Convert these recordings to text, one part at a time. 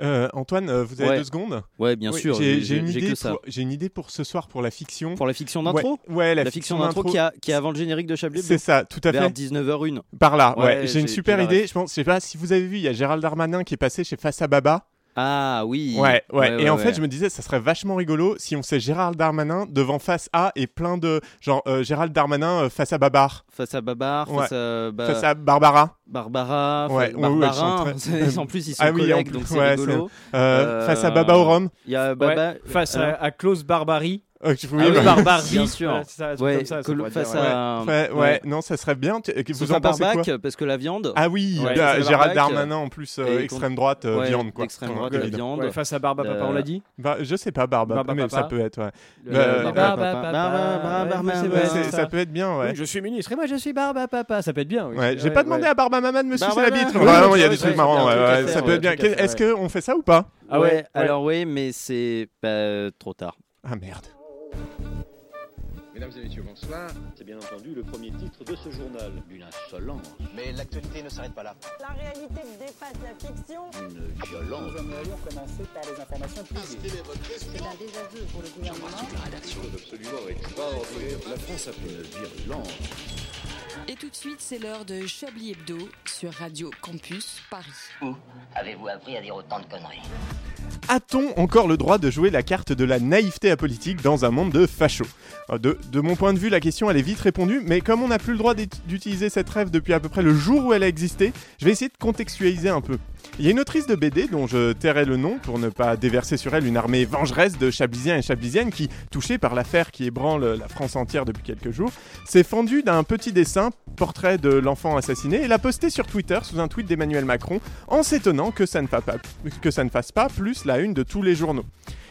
Euh, Antoine, euh, vous avez Ouais. deux secondes Ouais, bien Oui, sûr. J'ai je- j'ai une, j'ai idée que ça. pour- j'ai une idée pour ce soir pour la fiction. Pour la fiction d'intro ouais, ouais, la, La fiction d'intro qui, a- qui est avant le générique de Chablais C'est ça, tout à vers fait. 19h01. Par là, ouais. Ouais, J'ai une j'ai- super j'ai la idée. Je pense, je sais pas si vous avez vu, il y a Gérald Darmanin qui est passé chez Face à Baba. Ah oui. Ouais, ouais. et en fait, ouais. je me disais, ça serait vachement rigolo si on sait Gérald Darmanin devant Face à et plein de. Genre, euh, Gérald Darmanin euh, face à Babar, face à Babar, Ouais. face à, bah, face à Barbara, Barbara, Ouais, ouais, face- ouais, ils sont Barbarin. très- en plus, ils sont Ah oui, en collègues, plus, donc c'est ouais, rigolo. euh, Euh, face à Baba au rhum. Il y a Baba Face alors- à, à Klaus Barbarie. Euh, je vous- Ah oui, ouais. Barbarie, bien sûr. Voilà, c'est ça, un truc Ouais, comme ça, ça colo- pourrait face dire, ouais. à. Ouais, ouais, non, ça serait bien. Tu- que Sous Vous en pensez quoi barbac, parce que la viande. Ah oui, Ouais, bah, face à Gérald Barbac, Darmanin en plus, euh, et extrême droite, euh, Ouais, viande quoi. Extrême Enfin, droite, la évidemment. viande. Ouais, face à Barba Papa, Euh, on l'a dit Bah, je sais pas, Barba, Barba mais Papa. ça peut être, ouais. Le- euh, le Barba Barba Papa. Papa, Barba ouais, Papa. c'est vrai, C'est- c'est ça peut être bien, ouais. Oui, Je suis ministre et moi je suis Barba Papa. Ça peut être bien. oui. Ouais, j'ai Ouais, pas demandé ouais. à Barba Maman de me Bah sucer la voilà. bite. Ouais, Vraiment, il y a des ouais, ouais, trucs ouais, marrants. ouais, ouais, tout à ouais, fait, ça ouais, peut être tout bien. à fait, Est-ce qu'on fait ça ou pas Ah ouais, ouais, ouais. alors oui, mais c'est bah, trop tard. Ah merde. Mesdames et messieurs, bonsoir. C'est bien entendu le premier titre de ce journal. Une insolence, Mais l'actualité ne s'arrête pas là. La réalité dépasse la fiction. une violence. C'est un désaveu pour le gouvernement. Et tout de suite, c'est l'heure de Chablis Hebdo sur Radio Campus Paris. Avez-vous appris à dire autant de conneries A-t-on encore le droit de jouer la carte de la naïveté apolitique dans un monde de fachos Euh, de, de mon point de vue, la question elle est vite répondue, mais comme on n'a plus le droit d'ut- d'utiliser cette rêve depuis à peu près le jour où elle a existé, je vais essayer de contextualiser un peu. Il y a une autrice de BD dont je tairai le nom pour ne pas déverser sur elle une armée vengeresse de chablisiens et chablisiennes qui, touchés par l'affaire qui ébranle la France entière depuis quelques jours, s'est fendue d'un petit dessin, portrait de l'enfant assassiné, et l'a posté sur Twitter sous un tweet d'Emmanuel Macron en s'étonnant que ça ne fa- pas- que ça ne fasse pas plus la une de tous les journaux.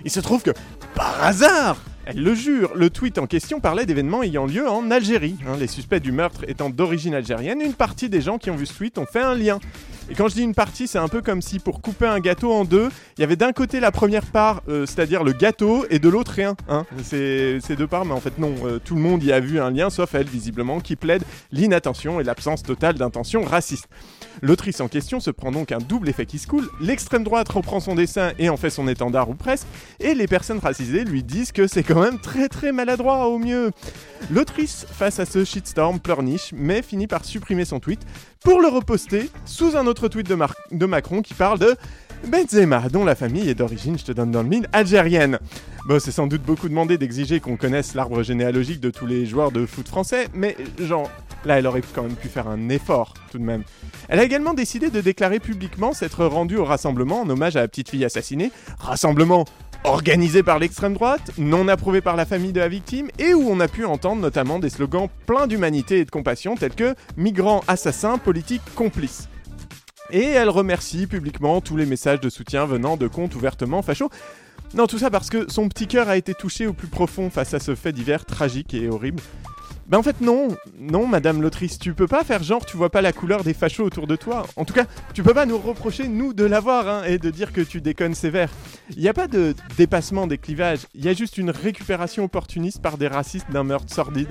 Il se trouve que, par hasard, elle le jure, le tweet en question parlait d'événements ayant lieu en Algérie. hein, les suspects du meurtre étant d'origine algérienne, une partie des gens qui ont vu ce tweet ont fait un lien. Et quand je dis une partie, c'est un peu comme si pour couper un gâteau en deux, il y avait d'un côté la première part, euh, c'est-à-dire le gâteau, et de l'autre rien. hein. C'est c'est deux parts, mais en fait non, euh, tout le monde y a vu un lien, sauf elle, visiblement, qui plaide l'inattention et l'absence totale d'intention raciste. L'autrice en question se prend donc un double effet qui se coule, l'extrême droite reprend son dessin et en fait son étendard ou presque, et les personnes racisées lui disent que c'est quand même très très maladroit au mieux. L'autrice, face à ce shitstorm, pleurniche, mais finit par supprimer son tweet pour le reposter sous un autre tweet de, Mar- de Macron qui parle de Benzema, dont la famille est d'origine, je te donne dans le mine, algérienne. Bon, c'est sans doute beaucoup demandé d'exiger qu'on connaisse l'arbre généalogique de tous les joueurs de foot français, mais genre, là, elle aurait quand même pu faire un effort, tout de même. Elle a également décidé de déclarer publiquement s'être rendue au rassemblement en hommage à la petite fille assassinée. Rassemblement organisé par l'extrême droite, non approuvé par la famille de la victime, et où on a pu entendre notamment des slogans pleins d'humanité et de compassion tels que migrants, assassins, politiques, complices. Et elle remercie publiquement tous les messages de soutien venant de comptes ouvertement fachos. Non, tout ça parce que son petit cœur a été touché au plus profond face à ce fait divers tragique et horrible. Ben en fait non, non madame l'autrice, tu peux pas faire genre tu vois pas la couleur des fachos autour de toi. En tout cas, tu peux pas nous reprocher nous de l'avoir hein, et de dire que tu déconnes sévère. Il n'y a pas de dépassement des clivages, il y a juste une récupération opportuniste par des racistes d'un meurtre sordide.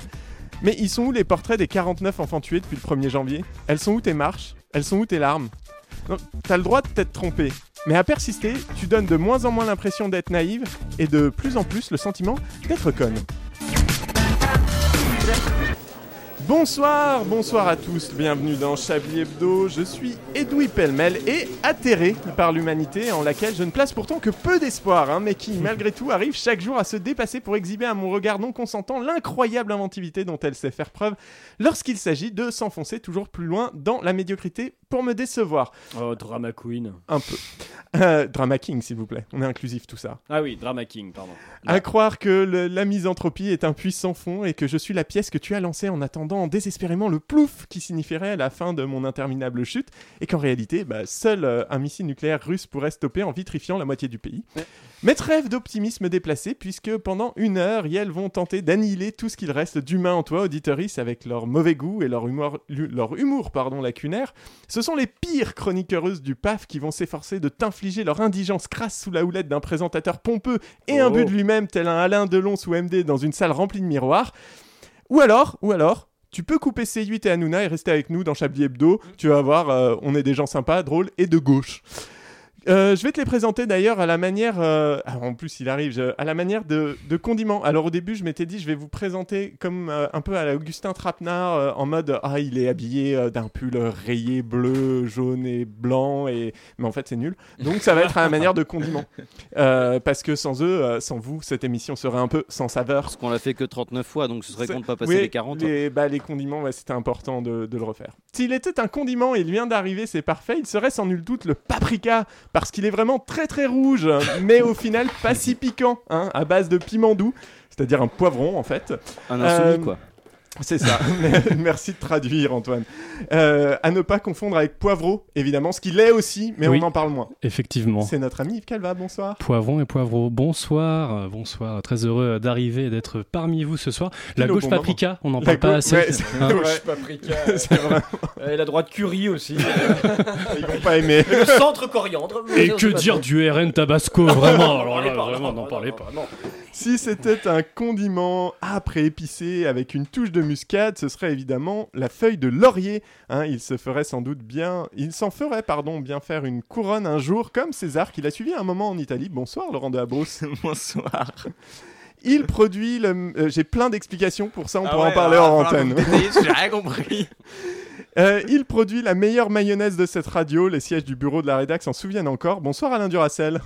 Mais ils sont où les portraits des 49 enfants tués depuis le 1er janvier Elles sont où tes marches Elles sont où tes larmes Non, T'as le droit de t'être trompé. Mais à persister, tu donnes de moins en moins l'impression d'être naïve et de plus en plus le sentiment d'être conne. Bonsoir, bonsoir à tous, bienvenue dans Chablis Hebdo, je suis Edoui Pellemel et atterré par l'humanité en laquelle je ne place pourtant que peu d'espoir, hein, mais qui malgré tout arrive chaque jour à se dépasser pour exhiber à mon regard non consentant l'incroyable inventivité dont elle sait faire preuve lorsqu'il s'agit de s'enfoncer toujours plus loin dans la médiocrité pour me décevoir. Oh, Drama Queen. Un peu. Euh, drama King s'il vous plaît, on est inclusif tout ça. Ah oui, Drama King, pardon. À croire que le- la misanthropie est un puits sans fond et que je suis la pièce que tu as lancée en attendant désespérément le plouf qui signifierait la fin de mon interminable chute et qu'en réalité, bah, seul euh, un missile nucléaire russe pourrait stopper en vitrifiant la moitié du pays. Mais trêve d'optimisme déplacé puisque pendant une heure, Yel vont tenter d'annihiler tout ce qu'il reste d'humain en toi, auditoris, avec leur mauvais goût et leur humour, lu- leur humour pardon, lacunaire. Ce sont les pires chroniqueuses du PAF qui vont s'efforcer de t'infliger leur indigence crasse sous la houlette d'un présentateur pompeux et un Oh. but de lui-même tel un Alain Delon sous MD dans une salle remplie de miroirs. Ou alors, ou alors, tu peux couper C8 et Hanouna et rester avec nous dans Chablis Hebdo. Tu vas voir, euh, on est des gens sympas, drôles et de gauche. Euh, je vais te les présenter d'ailleurs à la manière. euh, ah, en plus, il arrive je- à la manière de, de condiments. Alors au début, je m'étais dit, je vais vous présenter comme euh, un peu à l'Augustin Trapenard, euh, en mode ah, il est habillé euh, d'un pull rayé bleu, jaune et blanc, et mais en fait c'est nul. Donc ça va être à la manière de condiments, Euh, parce que sans eux, euh, sans vous, cette émission serait un peu sans saveur. Parce qu'on l'a fait que 39 fois, donc ce serait C'est- qu'on ne pas passer oui, les 40. Les, bah, les condiments, ouais, c'était important de, de le refaire. S'il était un condiment et il vient d'arriver, c'est parfait, il serait sans nul doute le paprika, parce qu'il est vraiment très très rouge, mais au final pas si piquant, hein, à base de piment doux, c'est-à-dire un poivron en fait. Un insoumis, Euh, quoi. C'est ça. Merci de traduire, Antoine. Euh, à ne pas confondre avec poivreau, évidemment, ce qu'il est aussi, mais Oui. on en parle moins. Effectivement. C'est notre ami Yves Calva, bonsoir. Poivron et poivreau, bonsoir, euh, bonsoir, très heureux d'arriver et d'être parmi vous ce soir. La Pile au gauche bon paprika, on n'en La parle pas gauche- assez. ouais, c'est hein. vrai. paprika. C'est vrai, Et Euh, la droite curry aussi. ils vont pas aimer. le centre coriandre. Et que dire du RN Tabasco, vraiment, alors là, vraiment, n'en parlez pas. Si c'était un condiment après épicé avec une touche de muscade, ce serait évidemment la feuille de laurier. Hein, il se ferait sans doute bien, il s'en ferait pardon bien faire une couronne un jour, comme César qu'il a suivi à un moment en Italie. Bonsoir Laurent de Habos. Bonsoir. Il produit le. euh, J'ai plein d'explications pour ça, on Ah pourra en parler hors antenne. J'ai rien compris. Euh, il produit la meilleure mayonnaise de cette radio. Les sièges du bureau de la rédac s'en souviennent encore. Bonsoir Alain Duracel.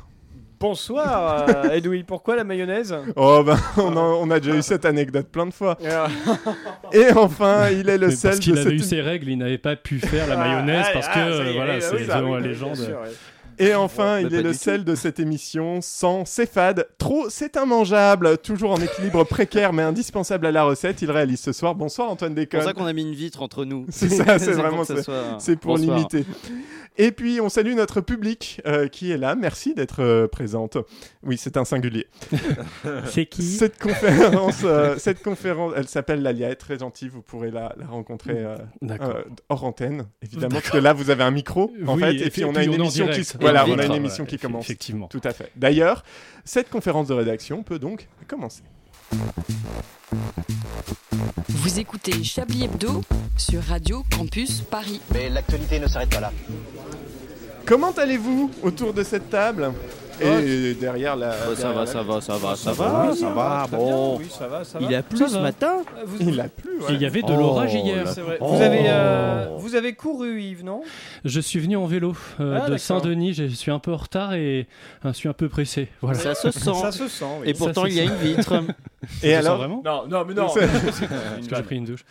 Bonsoir, euh, Edoui. Pourquoi la mayonnaise Oh ben, on, a- on a déjà eu cette anecdote plein de fois. Euh, Et enfin, il est le Mais seul parce qu'il de avait cette Ah, eu ses règles, il n'avait pas pu faire la mayonnaise parce que euh, voilà, c'est selon la légende. Et enfin, bah, il pas est le du sel de cette émission. Sans, c'est fade. Trop, c'est immangeable. Toujours en équilibre précaire mais indispensable à la recette. Il réalise ce soir. Bonsoir Antoine C'est pour Déconne. ça qu'on a mis une vitre entre nous. C'est ça, c'est pour vraiment que ça ça. soit- C'est pour Bonsoir. limiter. Et puis, on salue notre public euh, qui est là. Merci d'être euh, présente. Oui, c'est un singulier. C'est qui Cette conférence, euh, cette conférence, elle s'appelle Lalia. Elle est très gentille. Vous pourrez la, la rencontrer euh, D'accord. euh, hors antenne, évidemment, parce que là, vous avez un micro, en Oui, fait, et, puis on a une est en émission qui, direct. se- voilà, Et on a voilà, une Ah, émission ouais, qui eff- commence. Effectivement. Tout à fait. D'ailleurs, cette conférence de rédaction peut donc commencer. Vous écoutez Chablis Hebdo sur Radio Campus Paris. Mais l'actualité ne s'arrête pas là. Comment allez-vous autour de cette table et Oh. derrière la. Bah, ça derrière va, la- ça va, ça va, ça Ça va. va, oui, ça ça va, va, bon. Oui, ça va, ça va. Il a plu ce matin Euh, vous- Il a plu. Et ouais. il y avait de Oh, l'orage hier. là. C'est vrai. Oh. Vous, avez, euh, vous avez couru, Yves, non Je suis venu en vélo euh, Ah, de d'accord. Saint-Denis, je suis un peu en retard et euh, je suis un peu pressé. Voilà. Ça se sent. Ça se sent, oui. Et pourtant, se il y a sent. une vitre. Ça Et se alors sent vraiment Non, non, mais non. Parce que j'ai pris une douche.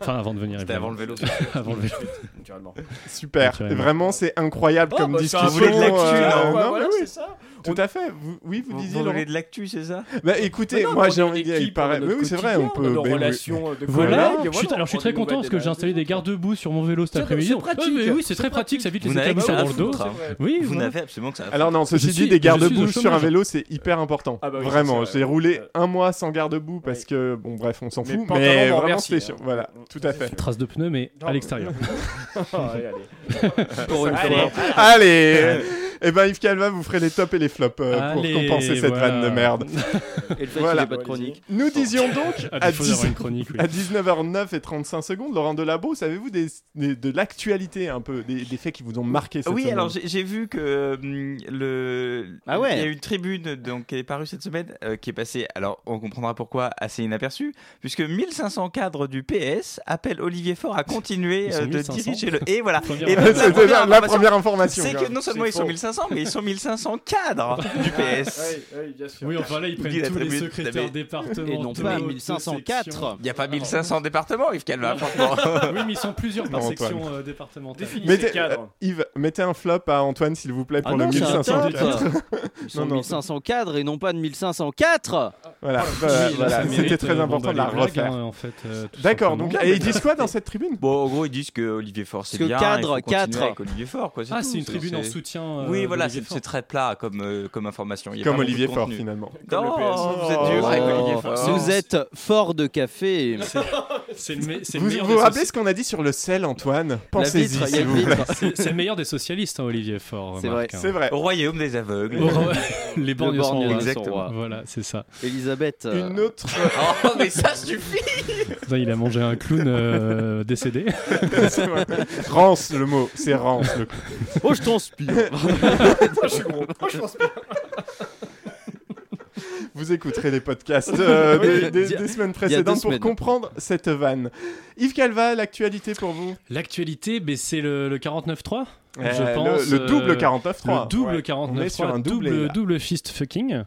Enfin, avant de venir. C'était évidemment. avant le vélo. Avant le vélo. Naturellement. Super. Naturellement. Vraiment, c'est incroyable Oh, comme bah, discussion. vous voulez de l'actu, euh, là, non, mais oui, c'est ça. tout à fait. Vous- oui, vous, Vous, disiez. vous Laurent. voulez de l'actu, c'est ça Bah, écoutez, Mais non, moi on j'ai est envie de dire, il équipe, on a paraît. notre Oui, c'est vrai, on quotidien, peut. on a nos ben oui. relations de collègues, Voilà, je suis- voilà, alors je suis on très prend des content parce que nouvelles j'ai installé des garde-boue sur mon vélo cet C'est- après-midi. c'est Ah, pratique. mais oui, c'est très C'est pratique, ça vite les Vous n'avez établissements que ça dans le à dos. foutre, hein. vrai. Oui, Vous voilà. n'avez absolument que ça. à Alors non, ceci Je suis- dit, des je suis au garde-boue sur un chômage. vélo, c'est hyper important. Ah bah oui, ça, vraiment, c'est vrai. j'ai roulé Ouais. un mois sans garde-boue parce que bon, bref, on s'en Mais fout. pantalon, Mais on vraiment, remercie, c'était hein. chiant. Voilà, tout à fait. Traces de pneus, mais Non. à l'extérieur. faire. Ah, allez, allez. Pour une Allez. fois. Allez, et ben Yves Calva, vous ferez les tops et les flops euh, pour Allez, compenser cette voilà. vanne de merde. Et le fait Voilà. qu'il n'y ait pas de chronique. Nous disions donc À à, défaut d'avoir 10... une chronique, oui. à 19h09 et 35 secondes, Laurent Delabo, savez-vous des... des- de l'actualité un peu, des... des faits qui vous ont marqué cette Ah Oui, semaine alors j'ai j'ai vu que hum, le Ah ouais. il y a une tribune donc qui est parue cette semaine euh, qui est passée. Alors on comprendra pourquoi assez inaperçue puisque 1500 cadres du PS appellent Olivier Faure à continuer Ils sont euh, de 1500. diriger le et voilà. Première Et donc, fois. la C'était première la, information, première information. C'est quand que même. non seulement C'est ils sont faux. 1500 mais ils sont 1500 cadres du PS. Oui, oui, bien sûr. Oui, enfin là, ils Il a prennent tous les attribué- secrétaires t'avais- départementaux. Et non pas de 1504. section. Il n'y a pas 1500 départements, Yves Calva, franchement. Oui, mais ils sont plusieurs par Non, Antoine. section euh, départementale. Définissez Mettez- cadre. euh, Yves, mettez un flop à Antoine, s'il vous plaît, pour Ah le non, c'est un 1500. top. Ils sont Non, non. 1500 cadres et non pas de 1504. Voilà, Oui, voilà, là, ça voilà. mérite, c'était très euh, important bon, de bah, la les blagues, refaire. hein, en fait, euh, tout D'accord, simplement. donc et ils disent quoi dans cette tribune Bon, en gros, ils disent que Olivier Faure, c'est Parce que bien. cadre, il faut continuer quatre. avec Olivier Faure, quoi. Ah, tout, c'est une tribune en soutien. euh, Oui, voilà, d'Olivier c'est Faure. c'est très plat comme, euh, comme information. Il y a Comme pas beaucoup de Olivier Faure, contenu. finalement. Non, Oh. Comme le PS. Oh, vous êtes dur avec Olivier Faure. Vous êtes fort de café. C'est le, me- c'est le Vous vous, meilleur vous des rappelez soci- ce qu'on a dit sur le sel, Antoine vitre, Pensez-y, il y a s'il une vous plaît. vitre. c'est- c'est le meilleur des socialistes, hein, Olivier Faure. C'est remarque, vrai. hein. C'est vrai. Au royaume des aveugles. Au revoir. Les borgnes Le euh, sont borgne rois. de son Exactement. roi. Voilà, c'est ça. Elisabeth. euh, Une autre. oh, mais ça suffit Putain, Il a mangé un clown euh, décédé. C'est vrai. rance, le mot. C'est rance. le coup. Oh, je transpire. Vous écouterez les podcasts euh, des, Oui. des- Il y a- des semaines il y a deux précédentes pour semaines. comprendre cette vanne. Yves Calva, l'actualité pour vous L'actualité, ben, c'est le, le 49-3, Euh, je le- pense. Le, double euh, 49-3. Le double Ouais. On est 49 sur un double. double, double fist fucking. À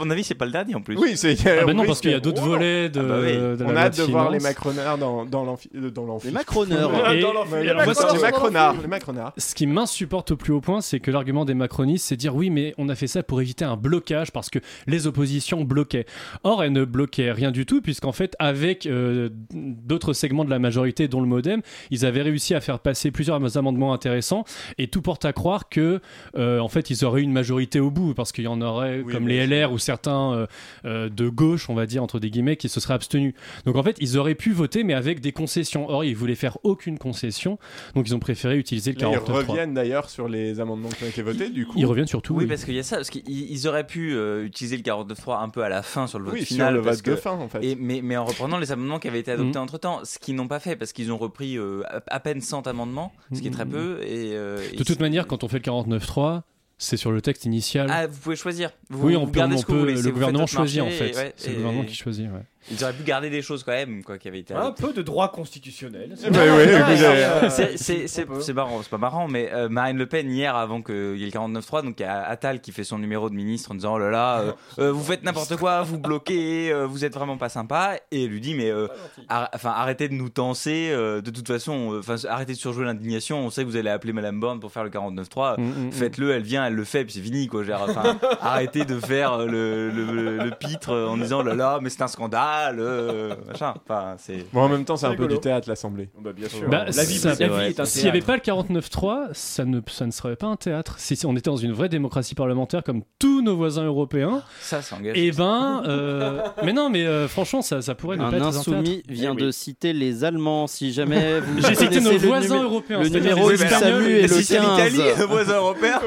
mon avis, c'est pas le dernier en plus. Oui, c'est. Ah bah on non, parce risque- qu'il y a d'autres Oh. volets de, Ah bah oui. de la On a loi hâte de voir les finances. macronards dans, dans l'amphi. euh, Dans l'amphi. Les macroneurs. Et- Dans l'amphi- Ouais, et les alors, macronards, voici- les macronards, les macronards. Ce qui m'insupporte au plus haut point, c'est que l'argument des macronistes, c'est dire oui, mais on a fait ça pour éviter un blocage parce que les oppositions bloquaient. Or, elles ne bloquaient rien du tout, puisqu'en fait, avec euh, d'autres segments de la majorité, dont le Modem, ils avaient réussi à faire passer plusieurs amendements intéressants, et tout porte à croire que, euh, en fait, ils auraient une majorité au bout, parce qu'il y en aurait, Oui, comme mais les LR ou certains euh, euh, de gauche, on va dire entre des guillemets, qui se seraient abstenus. Donc, en fait, ils auraient pu voter, mais avec des concessions. Or, ils voulaient faire aucune concession, donc ils ont préféré utiliser le Là, ils 49.3. reviennent d'ailleurs sur les amendements qui ont été votés, du coup. Ils reviennent surtout. Oui, oui. parce qu'il y a ça, parce qu'ils ils auraient pu euh, utiliser le 49.3 un peu à la fin sur le vote Oui, sur final. le parce vote de que- fin, en fait. Et, mais, mais en reprenant les amendements qui avaient été adoptés Mm. entre temps, ce qu'ils n'ont pas fait, parce qu'ils ont repris euh, à- à peine 100 amendements, ce qui est très Mhm. peu. Et, euh, De ils- toute manière, quand on fait le 49.3, c'est sur le texte initial. Ah, vous pouvez choisir. Vous, oui, vous on peut, gardez on ce que vous peut- voulez. C'est le vous gouvernement faites votre choisit en marché, fait. et ouais, c'est et- le gouvernement qui choisit. ouais. Ils auraient pu garder des choses quand même, quoi, qui avaient été Un adoptées. peu de droit constitutionnel. Eh ben oui, écoutez, Ah, C'est- C'est c'est- peu. c'est marrant, c'est pas marrant, mais euh, Marine Le Pen, hier, avant qu'il y ait le 49-3, donc il y a Attal qui fait son numéro de ministre en disant Oh là là, euh, euh, vous faites n'importe quoi, vous bloquez, euh, vous êtes vraiment pas sympa. Et elle lui dit Mais euh, ar- enfin, arrêtez de nous tenser, euh, de toute façon, euh, enfin, arrêtez de surjouer l'indignation, on sait que vous allez appeler Madame Borne pour faire le 49-3. Faites-le, elle vient, elle le fait, puis c'est fini quoi. Gérard. Enfin, arrêtez de faire euh, le, le- le pitre euh, en disant Oh là là, mais c'est un scandale, euh, machin. Enfin, c'est. Bon, en même temps, c'est un peu Rigolo. du théâtre, l'Assemblée. Bah, bien sûr. Bah, la vie, ça- la vie est un S'il n'y avait théâtre. pas le 49.3, ça ne, ça ne serait pas un théâtre. Si, si on était dans une vraie démocratie parlementaire comme tous nos voisins européens, Ça, Ah, ça engage. eh ben. euh, mais non, mais euh, franchement, ça, ça pourrait ne pas Un être un théâtre. insoumis vient Eh oui. de citer les Allemands. Si jamais vous J'ai cité connaissez nos le voisins numé- européens. le c'est-à-dire numéro les du Espagnols SAMU et est les- le si c'est 15. l'Italie, le voisin européen.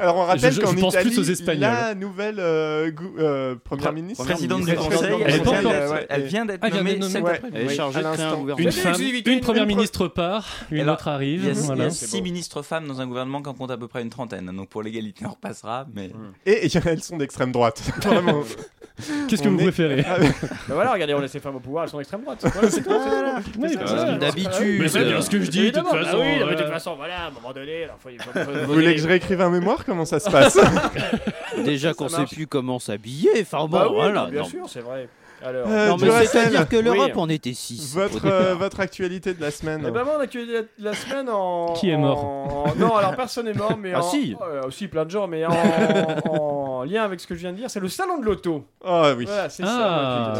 Alors, on rappelle Je- je qu'en pense plus Italie, aux Espagnols. la nouvelle euh, gou- euh, première ministre. présidente du Présidente conseil, du elle est pas conseil, encore- euh, ouais, elle et- vient d'être Ah, elle vient nommée d'être nommée. cet Ouais. après-midi. Elle est Oui, chargée à Eh, de créer un l'instant. Une gouvernement. Euh, femme, une première ministre part, une Alors, autre Il arrive. y a, il y a hein, voilà. six ministres femmes dans un gouvernement qui en compte à peu près une trentaine. Donc pour l'égalité, on repassera. Mais Et, et elles sont d'extrême droite. Vraiment. Qu'est-ce que On vous est- préférez Ah, oui. Bah voilà, regardez, on laisse les femmes au pouvoir, elles sont d'extrême droite. Voilà, c'est tout, c'est tout. Ouais, Ah, c'est ça. Une habitude. Mais c'est bien ce que je dis, de toute Évidemment, bah façon, oui, non, mais de toute euh, façon, voilà, à un moment donné, alors, faut, faut- faut- Vous voulez que je réécrive un mémoire Comment ça se passe Déjà qu'on sait plus comment s'habiller. Enfin bon, Bah oui, voilà. bien Oh, non. sûr, c'est vrai. Alors, Euh, Non, mais Duracell. c'est-à-dire que l'Europe, Oui. on était 6. votre, euh, votre actualité de la semaine Eh ben, moi, on a tué la, la semaine en. Qui est mort en- en- Non, alors personne n'est mort, mais Ah, en. si. euh, aussi plein de gens, mais en, en lien avec ce que je viens de dire, c'est le salon de l'auto. Oh oui. Voilà, c'est Ah. ça.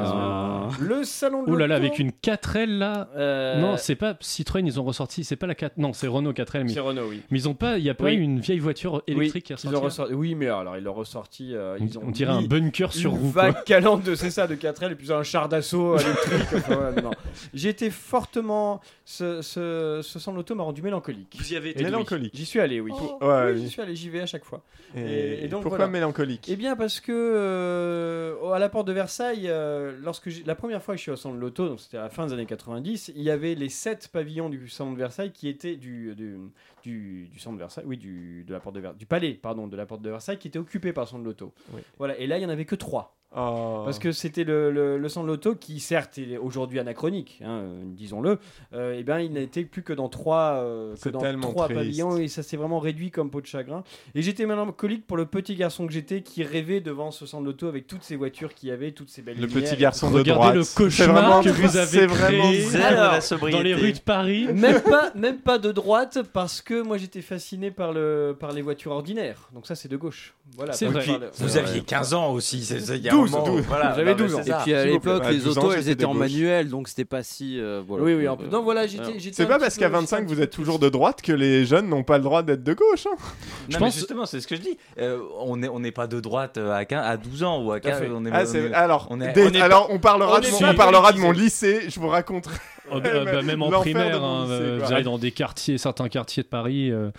ma petite- Le salon de Ouh l'auto. là là, avec une 4L là. Euh, Non, c'est pas Citroën, ils ont ressorti, c'est pas la 4 Non, c'est Renault 4L, mais, c'est Renault, oui. mais ils ont pas, il y a pas Oui. eu une vieille voiture électrique qui est Oui, ils ont ressortie. ressorti. Oui, mais alors, ils l'ont ressorti. euh, ils ont On dirait un mis bunker sur une roue. quoi. vague calante de c'est ça de 4L et puis un char d'assaut électrique enfin, ouais, non. j'ai été fortement ce, ce, ce salon de l'auto m'a rendu mélancolique Vous y avez été. Mélancolique. j'y suis allé oui, Ouais, Oui, oui. j'y suis allé j'y vais à chaque fois Et, Et donc, pourquoi voilà. mélancolique Eh bien parce que euh, au- à la porte de Versailles, euh, lorsque j'ai- la première fois que je suis au salon de l'auto, donc c'était à la fin des années 90, il y avait les sept pavillons du salon de Versailles qui étaient du du, du, du salon de Versailles, oui du de la porte de Ver- du palais pardon de la porte de Versailles qui était occupé par le salon de l'auto. Oui. Voilà et là il y en avait que trois. Oh. Parce que c'était le, le, le sang de l'auto qui, certes, est aujourd'hui anachronique, hein, euh, disons-le, euh, eh bien, il n'était plus que dans trois, euh, que C'est dans tellement trois triste. pavillons et ça s'est vraiment réduit comme peau de chagrin. Et j'étais mélancolique pour le petit garçon que j'étais qui rêvait devant ce sang de l'auto avec toutes ces voitures qu'il y avait, toutes ces belles le lumières. petit garçon de Regardez droite. le C'est cauchemar vraiment que vous triste, avez C'est vraiment créé. zèbre Alors, la Dans sobriété. les rues de Paris. Même pas, même pas de droite parce que que moi j'étais fasciné par, le, par les voitures ordinaires. Donc ça, c'est de gauche. Voilà, C'est Et par- vrai. puis, par le- vous Ouais. aviez 15 ans aussi. c'est- c'est- il y a un 12, moment où- 12. voilà, J'avais non, mais 12 ans. c'est ça. Et puis à s'il vous plaît. l'époque, Bah, les 12 ans, autos, elles c'était étaient en des gauches. manuel, donc c'était pas si. euh, voilà. Oui, oui. Euh, en- Non, voilà, j'étais. j'étais C'est un pas petit parce peu- qu'à j'étais un 25 petit vous êtes toujours de droite que les jeunes n'ont pas le droit d'être de gauche. hein. Non, mais pense- justement, c'est ce que je dis. Euh, on n'est on n'est pas de droite euh, à, 15 à 12 ans ou à Tout à 15 fait. on est- Ah, on c'est- est- alors, on est- des- on est alors on parlera, on de est mon, pas on parlera de mon lycée, je vous raconterai. Oh, bah, bah, même en L'enfer de primaire, mon hein, lycée, euh, quoi. vous allez dans des quartiers, certains quartiers de Paris, euh,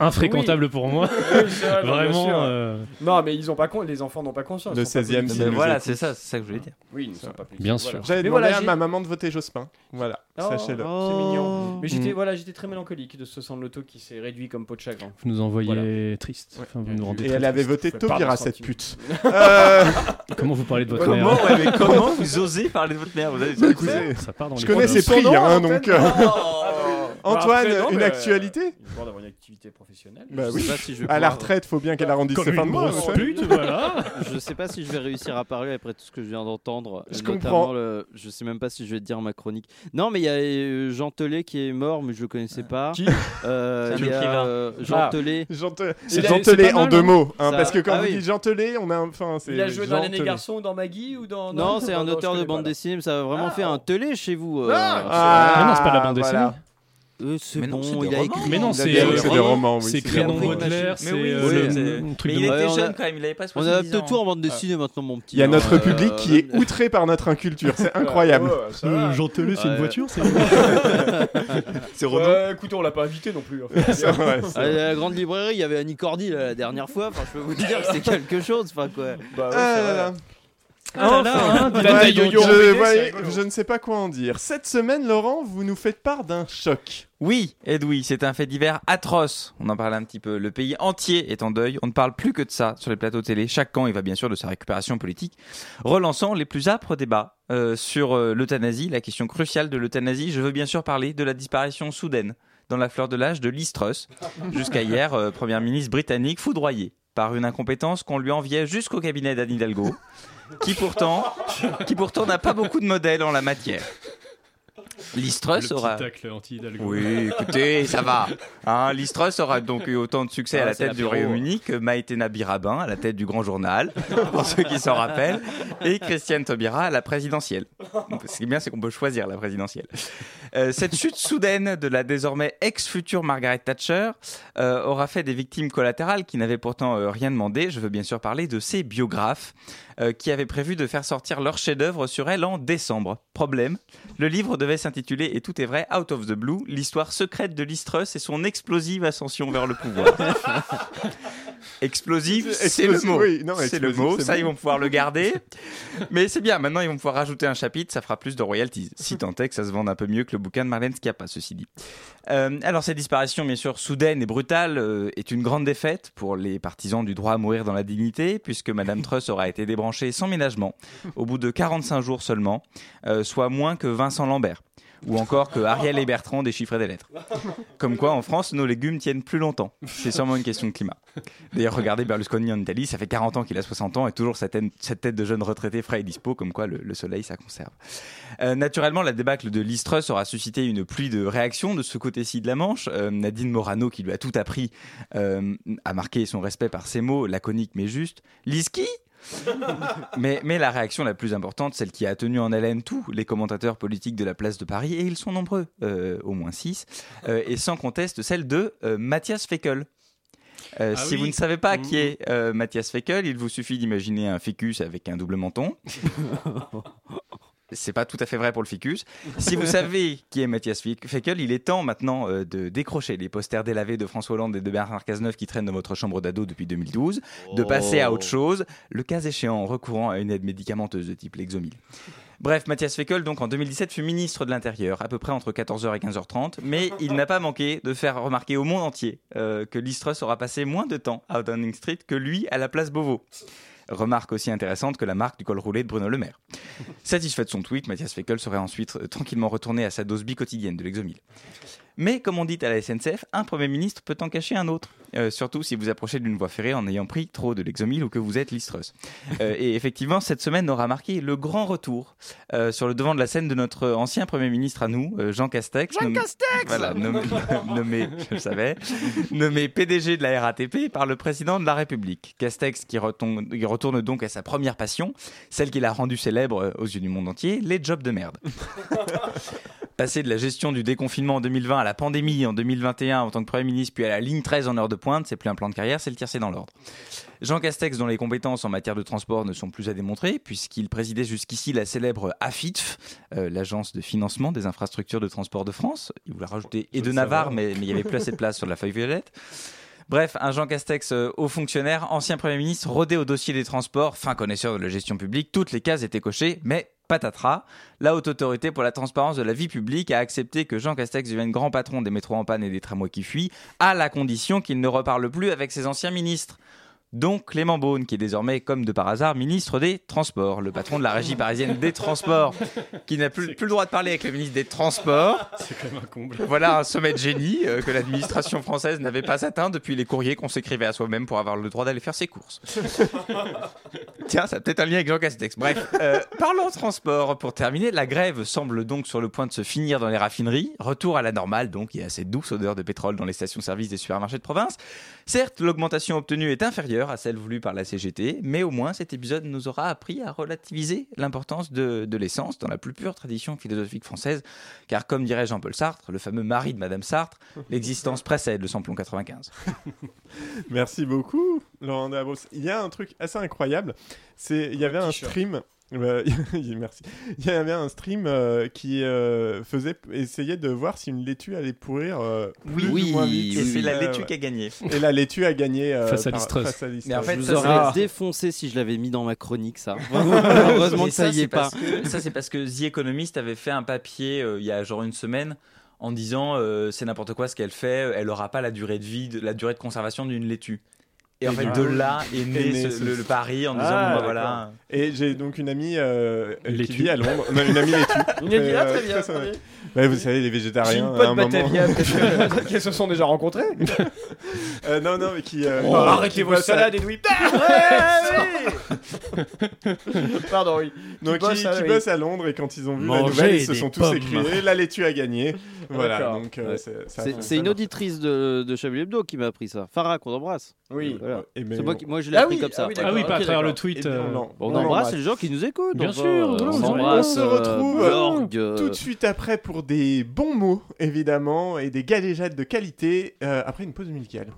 infréquentables pour moi. peu- Oui, c'est vrai, non, bien sûr. Vraiment. euh, Non, mais ils ont pas con... les enfants n'ont pas conscience. Le ils sont pas 16e, Mais Si nous voilà, écoute. c'est ça, c'est ça que je voulais dire. Oui, ils ne sont pas plus. Bien Voilà. sûr. J'avais Mais demandé voilà, à j'ai- ma maman de voter Jospin. Voilà, Oh. sachez-le. C'est mignon. Oh. Mais j'étais Mm. voilà, j'étais très mélancolique de ce sang de l'auto qui s'est réduit comme peau de chagrin. Vous nous envoyez triste. Ouais. Enfin, vous nous rendez Et très elle avait triste. voté Je fais pas Taubira, de cette sentiment. pute. Euh, Comment vous parlez de votre Comment, mère ouais, mais comment vous osez parler de votre mère vous avez- Bah, écoutez, Ça part dans je les connais problèmes. ses prix, hein, donc. Oh euh, Antoine, Bah, après, non, une mais, euh, actualité Il doit avoir une activité professionnelle. Bah Je oui. sais pas si je vais À la pouvoir- retraite, faut bien qu'elle arrondisse ses Comme fins de une mois. grosse vous savez. pute, voilà. Je sais pas si je vais réussir à parler après tout ce que je viens d'entendre. euh, Je notamment comprends. Le... Je sais même pas si je vais dire ma chronique. Non, mais il y a euh, Jean Telet qui est mort, mais je le connaissais pas. Qui Euh, C'est un Il y a écrivain. euh, Jean Ah. Telet. Jean Te- C'est- Jean c'est pas Telet, en mal, deux hein. mots, hein, Ça- parce que quand ah vous oui. dites Jean Telet, on a un- enfin c'est Il a joué dans Jean Les Telet. Garçons ou dans Maggie ou dans Non, c'est un non, auteur je de connais bande pas, là. dessinée, mais ça a vraiment Ah. fait un Telet chez vous. euh. Ah, Ah non, c'est pas la bande dessinée. voilà. Ah. Euh, c'est Mais non, bon, c'est des il a romans. écrit. Mais non, Il a c'est bien euh, dit que c'est des vraiment, romans, oui. c'est c'est Crénon vrai. Baudelaire, Baudelaire, Mais c'est oui, euh, c'est- le- c'est- le truc Mais de il Ouais, était on a- jeune quand même, il avait pas On 70 adapte ans. tout en bande dessinée maintenant, mon petit. Il y a notre Euh, public qui est outré par notre inculture, c'est incroyable. Mm, Ouais, ça va. Jean Tellet, c'est Ouais. une voiture, c'est C'est Ouais, écoutez, on l'a pas invité non plus. en fait. C'est vrai, c'est À vrai. ah, la grande librairie, il y avait Annie Cordy là, la dernière fois. Enfin, je peux vous dire que c'est quelque chose. Enfin, quoi. Bah ouais, Ah là c'est vrai. là. Ah là là, hein, Ouais, dis donc, ouais, dis donc. je- en ouais, BD, c'est rigolo. je ne sais pas quoi en dire. Cette semaine, Laurent, vous nous faites part d'un choc. Oui, Edoui, c'est un fait divers atroce. On en parlait un petit peu. Le pays entier est en deuil. On ne parle plus que de ça sur les plateaux télé. Chaque camp, il va bien sûr de sa récupération politique, relançant les plus âpres débats euh, sur euh, l'euthanasie, la question cruciale de l'euthanasie. Je veux bien sûr parler de la disparition soudaine dans la fleur de l'âge de Liz Truss, jusqu'à hier euh, première ministre britannique foudroyée par une incompétence qu'on lui enviait jusqu'au cabinet d'Anne Hidalgo, qui pourtant, qui pourtant n'a pas beaucoup de modèles en la matière. Liz Truss aura. tacle anti-Hidalgo. Oui, écoutez, ça va. Hein, Liz Truss aura donc eu autant de succès Ah, à la c'est tête du l'apéro, Royaume-Uni que Maïtena Birabin à la tête du Grand Journal, pour ceux qui s'en rappellent, et Christiane Taubira à la présidentielle. Donc, Ce qui est bien, c'est qu'on peut choisir la présidentielle. Euh, cette chute soudaine de la désormais ex-future Margaret Thatcher euh, aura fait des victimes collatérales qui n'avaient pourtant euh, rien demandé. Je veux bien sûr parler de ses biographes euh, qui avaient prévu de faire sortir leur chef-d'œuvre sur elle en décembre. Problème, le livre devait s'intituler Et tout est vrai, Out of the Blue, l'histoire secrète de Listrus et son explosive ascension vers le pouvoir. explosive, c'est le Explosif, mot. oui, non, c'est le explosif, mot, c'est ça bon. ils vont pouvoir le garder. Mais c'est bien, maintenant ils vont pouvoir rajouter un chapitre, ça fera plus de royalties. Si tant est que ça se vende un peu mieux que le bouquin de Marlène Schiappa, ceci dit. Euh, alors cette disparition, bien sûr, soudaine et brutale, euh, est une grande défaite pour les partisans du droit à mourir dans la dignité, puisque Madame Truss aura été débranchée sans ménagement, au bout de 45 jours seulement, euh, soit moins que Vincent Lambert, ou encore que Ariel et Bertrand déchiffraient des lettres. Comme quoi, en France, nos légumes tiennent plus longtemps. C'est sûrement une question de climat. D'ailleurs, regardez Berlusconi en Italie, ça fait 40 ans qu'il a 60 ans et toujours cette tête, cette tête de jeune retraité frais et dispo, comme quoi le, le soleil, ça conserve. Euh, naturellement, la débâcle de Listrus aura suscité une pluie de réactions de ce côté-ci de la Manche. Euh, Nadine Morano, qui lui a tout appris, euh, a marqué son respect par ses mots laconiques mais justes. Liski mais, mais la réaction la plus importante, celle qui a tenu en haleine tous les commentateurs politiques de la place de Paris, et ils sont nombreux, euh, au moins six, euh, et sans conteste celle de euh, Mathias Fekel. Euh, Ah si oui. vous ne savez pas qui Mmh. est euh, Mathias Fekel, il vous suffit d'imaginer un ficus avec un double menton. C'est pas tout à fait vrai pour le ficus. Si vous savez qui est Mathias Fe- Fekel, il est temps maintenant euh, de décrocher les posters délavés de François Hollande et de Bernard Cazeneuve qui traînent dans votre chambre d'ado depuis 2012 de passer Oh. à autre chose, le cas échéant en recourant à une aide médicamenteuse de type Lexomil. Bref, Mathias Fekel, donc en 2017, fut ministre de l'Intérieur, à peu près entre 14h et 15h30, mais il n'a pas manqué de faire remarquer au monde entier euh, que Listros aura passé moins de temps à Downing Street que lui à la place Beauvau. Remarque aussi intéressante que la marque du col roulé de Bruno Le Maire. Satisfait de son tweet, Mathias Fekel serait ensuite euh, tranquillement retourné à sa dose bicotidienne de Lexomil. Mais comme on dit à la SNCF, un Premier ministre peut en cacher un autre. Euh, surtout si vous approchez d'une voie ferrée en ayant pris trop de Lexomil ou que vous êtes listreuse. Euh, et effectivement, cette semaine aura marqué le grand retour euh, sur le devant de la scène de notre ancien Premier ministre à nous, euh, Jean Castex. Jean Castex Voilà, nommé, nommé- je le savais, nommé PDG de la RATP par le président de la République. Castex qui retom- qui retourne donc à sa première passion, celle qui l'a rendu célèbre euh, aux yeux du monde entier, les jobs de merde. Passer de la gestion du déconfinement en 2020 à la pandémie en 2021 en tant que Premier ministre, puis à la ligne 13 en heure de pointe, c'est plus un plan de carrière, c'est le tiercé dans l'ordre. Jean Castex, dont les compétences en matière de transport ne sont plus à démontrer, puisqu'il présidait jusqu'ici la célèbre AFITF, euh, l'agence de financement des infrastructures de transport de France. Il voulait rajouter et de Navarre, mais mais il n'y avait plus assez de place sur la feuille violette. Bref, un Jean Castex euh, haut fonctionnaire, ancien Premier ministre, rodé au dossier des transports, fin connaisseur de la gestion publique, toutes les cases étaient cochées, mais patatras, la Haute Autorité pour la Transparence de la Vie Publique a accepté que Jean Castex devienne grand patron des métros en panne et des tramways qui fuient, à la condition qu'il ne reparle plus avec ses anciens ministres. Donc Clément Beaune, qui est désormais, comme de par hasard, ministre des Transports, le patron de la régie parisienne des Transports, qui n'a plus, plus le droit de parler avec le ministre des Transports. C'est quand même un comble. Voilà un sommet de génie euh, que l'administration française n'avait pas atteint depuis les courriers qu'on s'écrivait à soi-même pour avoir le droit d'aller faire ses courses. Tiens, ça a peut-être un lien avec Jean Castex. Bref, euh, parlons transport. Pour terminer, la grève semble donc sur le point de se finir dans les raffineries. Retour à la normale, donc, il y a cette douce odeur de pétrole dans les stations-service des supermarchés de province. Certes, l'augmentation obtenue est inférieure à celle voulue par la CGT, mais au moins cet épisode nous aura appris à relativiser l'importance de, de l'essence dans la plus pure tradition philosophique française, car comme dirait Jean-Paul Sartre, le fameux mari de Madame Sartre, l'existence précède le samplon 95. Merci beaucoup, Laurent Davos. Il y a un truc assez incroyable. C'est, il y avait un t-shirt. stream. euh, merci. Il y avait un stream euh, qui euh, faisait essayait de voir si une laitue allait pourrir euh, plus ou moins vite. et c'est la Euh, laitue ouais. qui a gagné. Et la laitue a gagné euh, Face à par- l'Istros. face à l'Istros. Mais en fait, Je vous ça, aurais c'est- défoncé si je l'avais mis dans ma chronique, ça. Heureusement Mais que ça y c'est est pas. parce que- ça, c'est parce que The Economist avait fait un papier euh, il y a genre une semaine en disant euh, c'est n'importe quoi ce qu'elle fait, elle n'aura pas la durée de vie, de- la durée de conservation d'une laitue. Et en Et fait, du de coup, là est né, né ce- ce- le, le pari en Ah, disant bon, bah, d'accord. voilà. Et j'ai donc une amie euh, qui Laitue. vit à Londres. Non, une amie laitue. Il a dit, ah, Euh, très bien. ça, ça- très bien. Ouais, vous savez, les J'ai végétariens. une à un pote moment- Batavia, peut-être qu'elles se sont déjà rencontrées. Euh, non, non, mais qui. euh, Oh, qui arrêtez vos bosse à la- salades et oui. oui Pardon, oui. Non, qui, qui bossent bosse à- oui. à Londres et quand ils ont vu la Manger nouvelle, ils se des sont tous pommes. écriés. La laitue a gagné. Voilà. D'accord. Donc, euh, Ouais. c'est- ça a C'est fait c'est ça. une auditrice de, de Chablis Hebdo qui m'a appris ça. Farah, qu'on embrasse. Oui. Voilà. Et mais C'est moi, on- qui- moi, je l'ai Ah appris oui, comme ça. ah oui, Ah oui, d'accord, pas à ok, travers le d'accord. et tweet. bien, euh, ben, eh on l'en- Bon, on, on embrasse l'embrasse. les gens qui nous écoutent. Bien on va- sûr, euh, voilà, on on embrasse. se retrouve, euh, Borg, euh, Tout de suite après pour des bons mots, évidemment, et des galéjades de qualité, euh, après une pause musicale.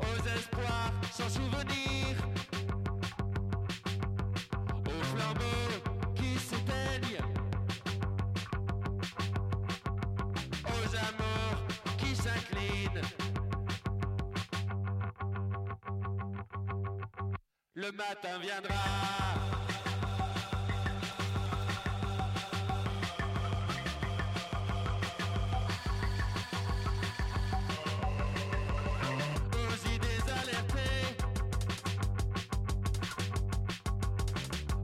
Aux espoirs sans souvenir, aux flambeaux qui s'éteignent, aux amours qui s'inclinent. Le matin viendra. aux idées alertées,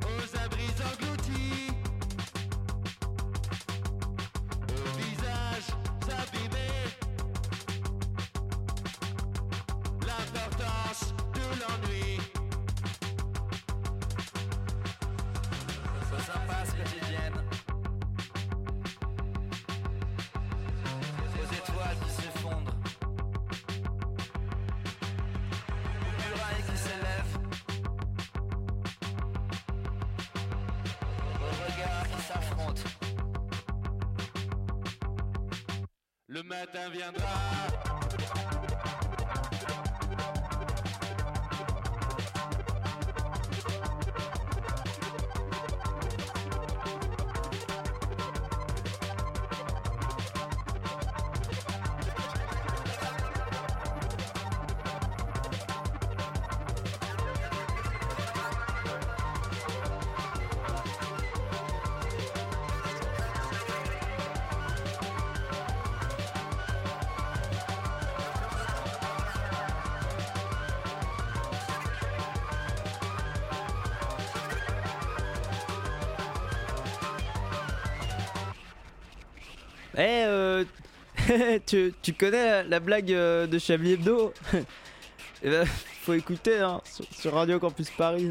aux abris engloutis, aux visages abîmés, l'importance de l'ennui. Sans impasse quotidienne, aux étoiles qui s'effondrent. murailles qui s'élèvent, aux regards qui s'affrontent. Le matin viendra. Eh, euh, tu, tu connais la, la blague euh, de Chablis Hebdo Eh ben, faut écouter hein, sur, sur Radio Campus Paris.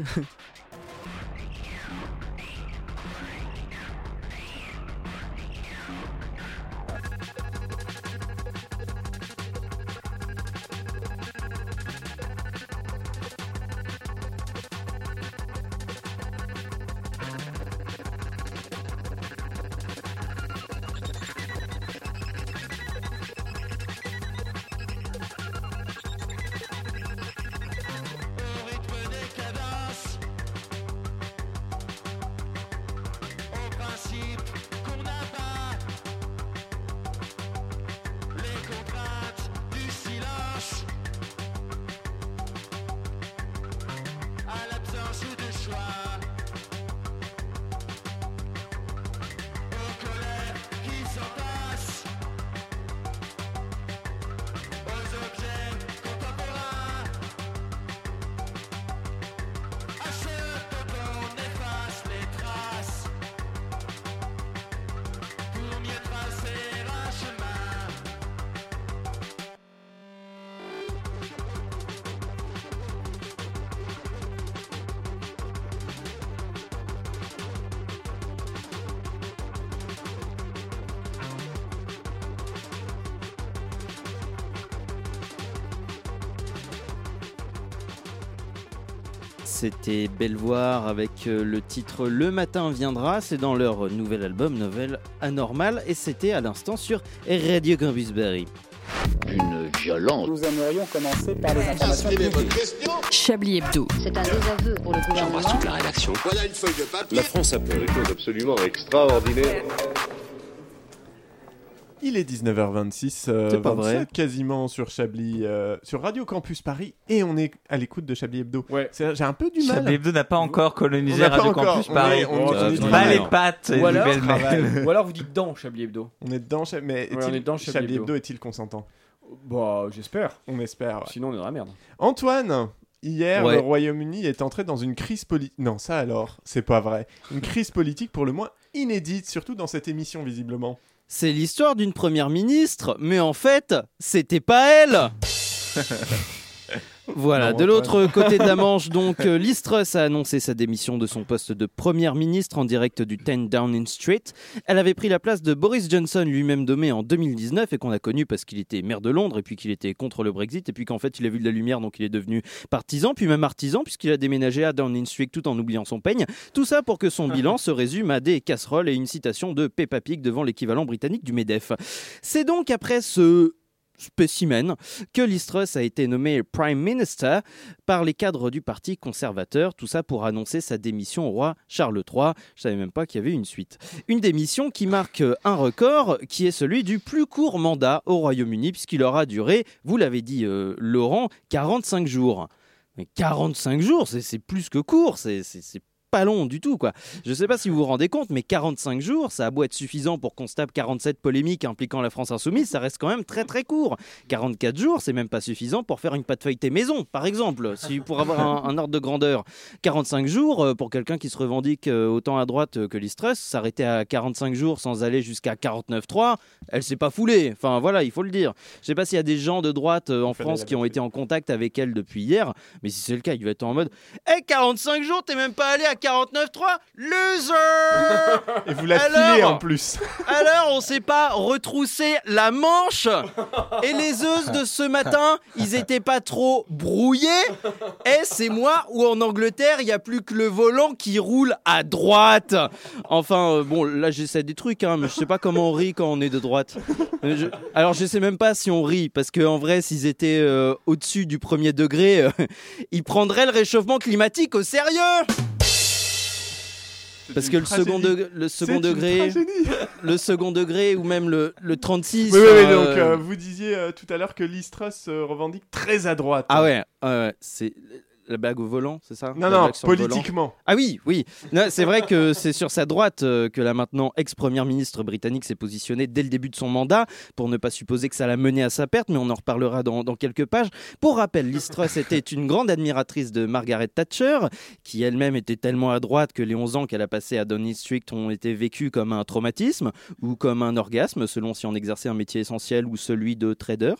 Au rythme des cadences, au principe qu'on n'a pas les contraintes du silence, à l'absence de choix, aux colères qui s'entassent, aux objets contemporains. À ce dont on efface les traces Pour mieux tracer un chemin C'était Belvoir avec euh, le titre Le matin viendra, c'est dans leur nouvel album Nouvelle Anormale et c'était à l'instant sur Radio Campus Paris. Une violence. Nous aimerions commencer par les informations Chablis Hebdo. C'est un désaveu pour le gouvernement. la rédaction. Voilà une feuille de papier La France a fait des choses absolument extraordinaires. Il est 19h26, euh, C'est pas 27, vrai. quasiment sur Chablis, euh, sur Radio Campus Paris, et on est à l'écoute de Chablis Hebdo. Ouais. C'est- J'ai un peu du mal. Chablis Hebdo n'a pas encore On colonisé n'a pas Radio encore, Campus on Paris. est- on- on est Euh, Pas dedans. les pattes et Ou les alors, belles mains. Ou alors vous dites dans Chablis Hebdo. On est dedans, Chab- mais Ouais, est-il- on est dedans, Chablis, Chablis Hebdo, Hebdo. est-il consentant Bah, j'espère. On espère. ouais. Sinon, on est dans la merde. Antoine, hier, Ouais. le Royaume-Uni est entré dans une crise politique. Non, ça alors, c'est pas vrai. Une crise politique pour le moins inédite, surtout dans cette émission, visiblement. C'est l'histoire d'une première ministre, mais en fait, c'était pas elle Voilà, Non, de Antoine. l'autre côté de la Manche, donc, euh, Liz Truss a annoncé sa démission de son poste de première ministre en direct du 10 Downing Street. Elle avait pris la place de Boris Johnson, lui-même nommé en 2019, et qu'on a connu parce qu'il était maire de Londres, et puis qu'il était contre le Brexit, et puis qu'en fait, il a vu de la lumière, donc il est devenu partisan, puis même artisan, puisqu'il a déménagé à Downing Street tout en oubliant son peigne. Tout ça pour que son bilan se résume à des casseroles et une citation de Peppa Pig devant l'équivalent britannique du MEDEF. C'est donc après ce spécimen que Listrus a été nommé Prime Minister par les cadres du Parti conservateur, tout ça pour annoncer sa démission au roi Charles III. Je savais même pas qu'il y avait une suite. Une démission qui marque euh, un record, qui est celui du plus court mandat au Royaume-Uni, puisqu'il aura duré, vous l'avez dit euh, Laurent, 45 jours. Mais 45 jours, c'est- c'est plus que court, c'est c'est- c'est pas long du tout, quoi. Je sais pas si vous vous rendez compte, mais 45 jours, ça a beau être suffisant pour qu'on se tape 47 polémiques impliquant la France insoumise, ça reste quand même très très court. 44 jours, c'est même pas suffisant pour faire une pâte feuilletée maison, par exemple, si pour avoir un, un ordre de grandeur. 45 jours, euh, pour quelqu'un qui se revendique euh, autant à droite euh, que l'Istrus, s'arrêter à 45 jours sans aller jusqu'à 49.3, elle s'est pas foulée. Enfin voilà, il faut le dire. Je sais pas s'il y a des gens de droite euh, en fallait France la qui ont vérité. été en contact avec elle depuis hier, mais si c'est le cas, il va être en mode Eh, 45 jours, t'es même pas allé à 49.3 Loser Et vous la Alors filez en plus. Alors, on s'est pas retroussé la manche Et les œufs de ce matin, ils étaient pas trop brouillés Et c'est moi où en Angleterre, il y a plus que le volant qui roule à droite Enfin, euh, bon, là, j'essaie des trucs, hein, mais je sais pas comment on rit quand on est de droite. Euh, je- Alors, je sais même pas si on rit, parce qu'en vrai, s'ils étaient euh, au-dessus du premier degré, euh, ils prendraient le réchauffement climatique au sérieux parce que le Ah, second, degré, le second degré, le second degré ou même le, le 36. Oui, oui, oui, euh, donc euh, vous disiez euh, tout à l'heure que Listras se revendique très à droite. Ah ouais, ouais, ouais, c'est la blague au volant, c'est ça Non, La non, blague sur le politiquement. volant. Ah oui, oui. Non, C'est vrai que c'est sur sa droite euh, que la maintenant ex-première ministre britannique s'est positionnée dès le début de son mandat, pour ne pas supposer que ça l'a menée à sa perte, mais on en reparlera dans, dans quelques pages. Pour rappel, Liz Truss était une grande admiratrice de Margaret Thatcher, qui elle-même était tellement à droite que les 11 ans qu'elle a passés à Downing Street ont été vécus comme un traumatisme ou comme un orgasme, selon si on exerçait un métier essentiel ou celui de trader.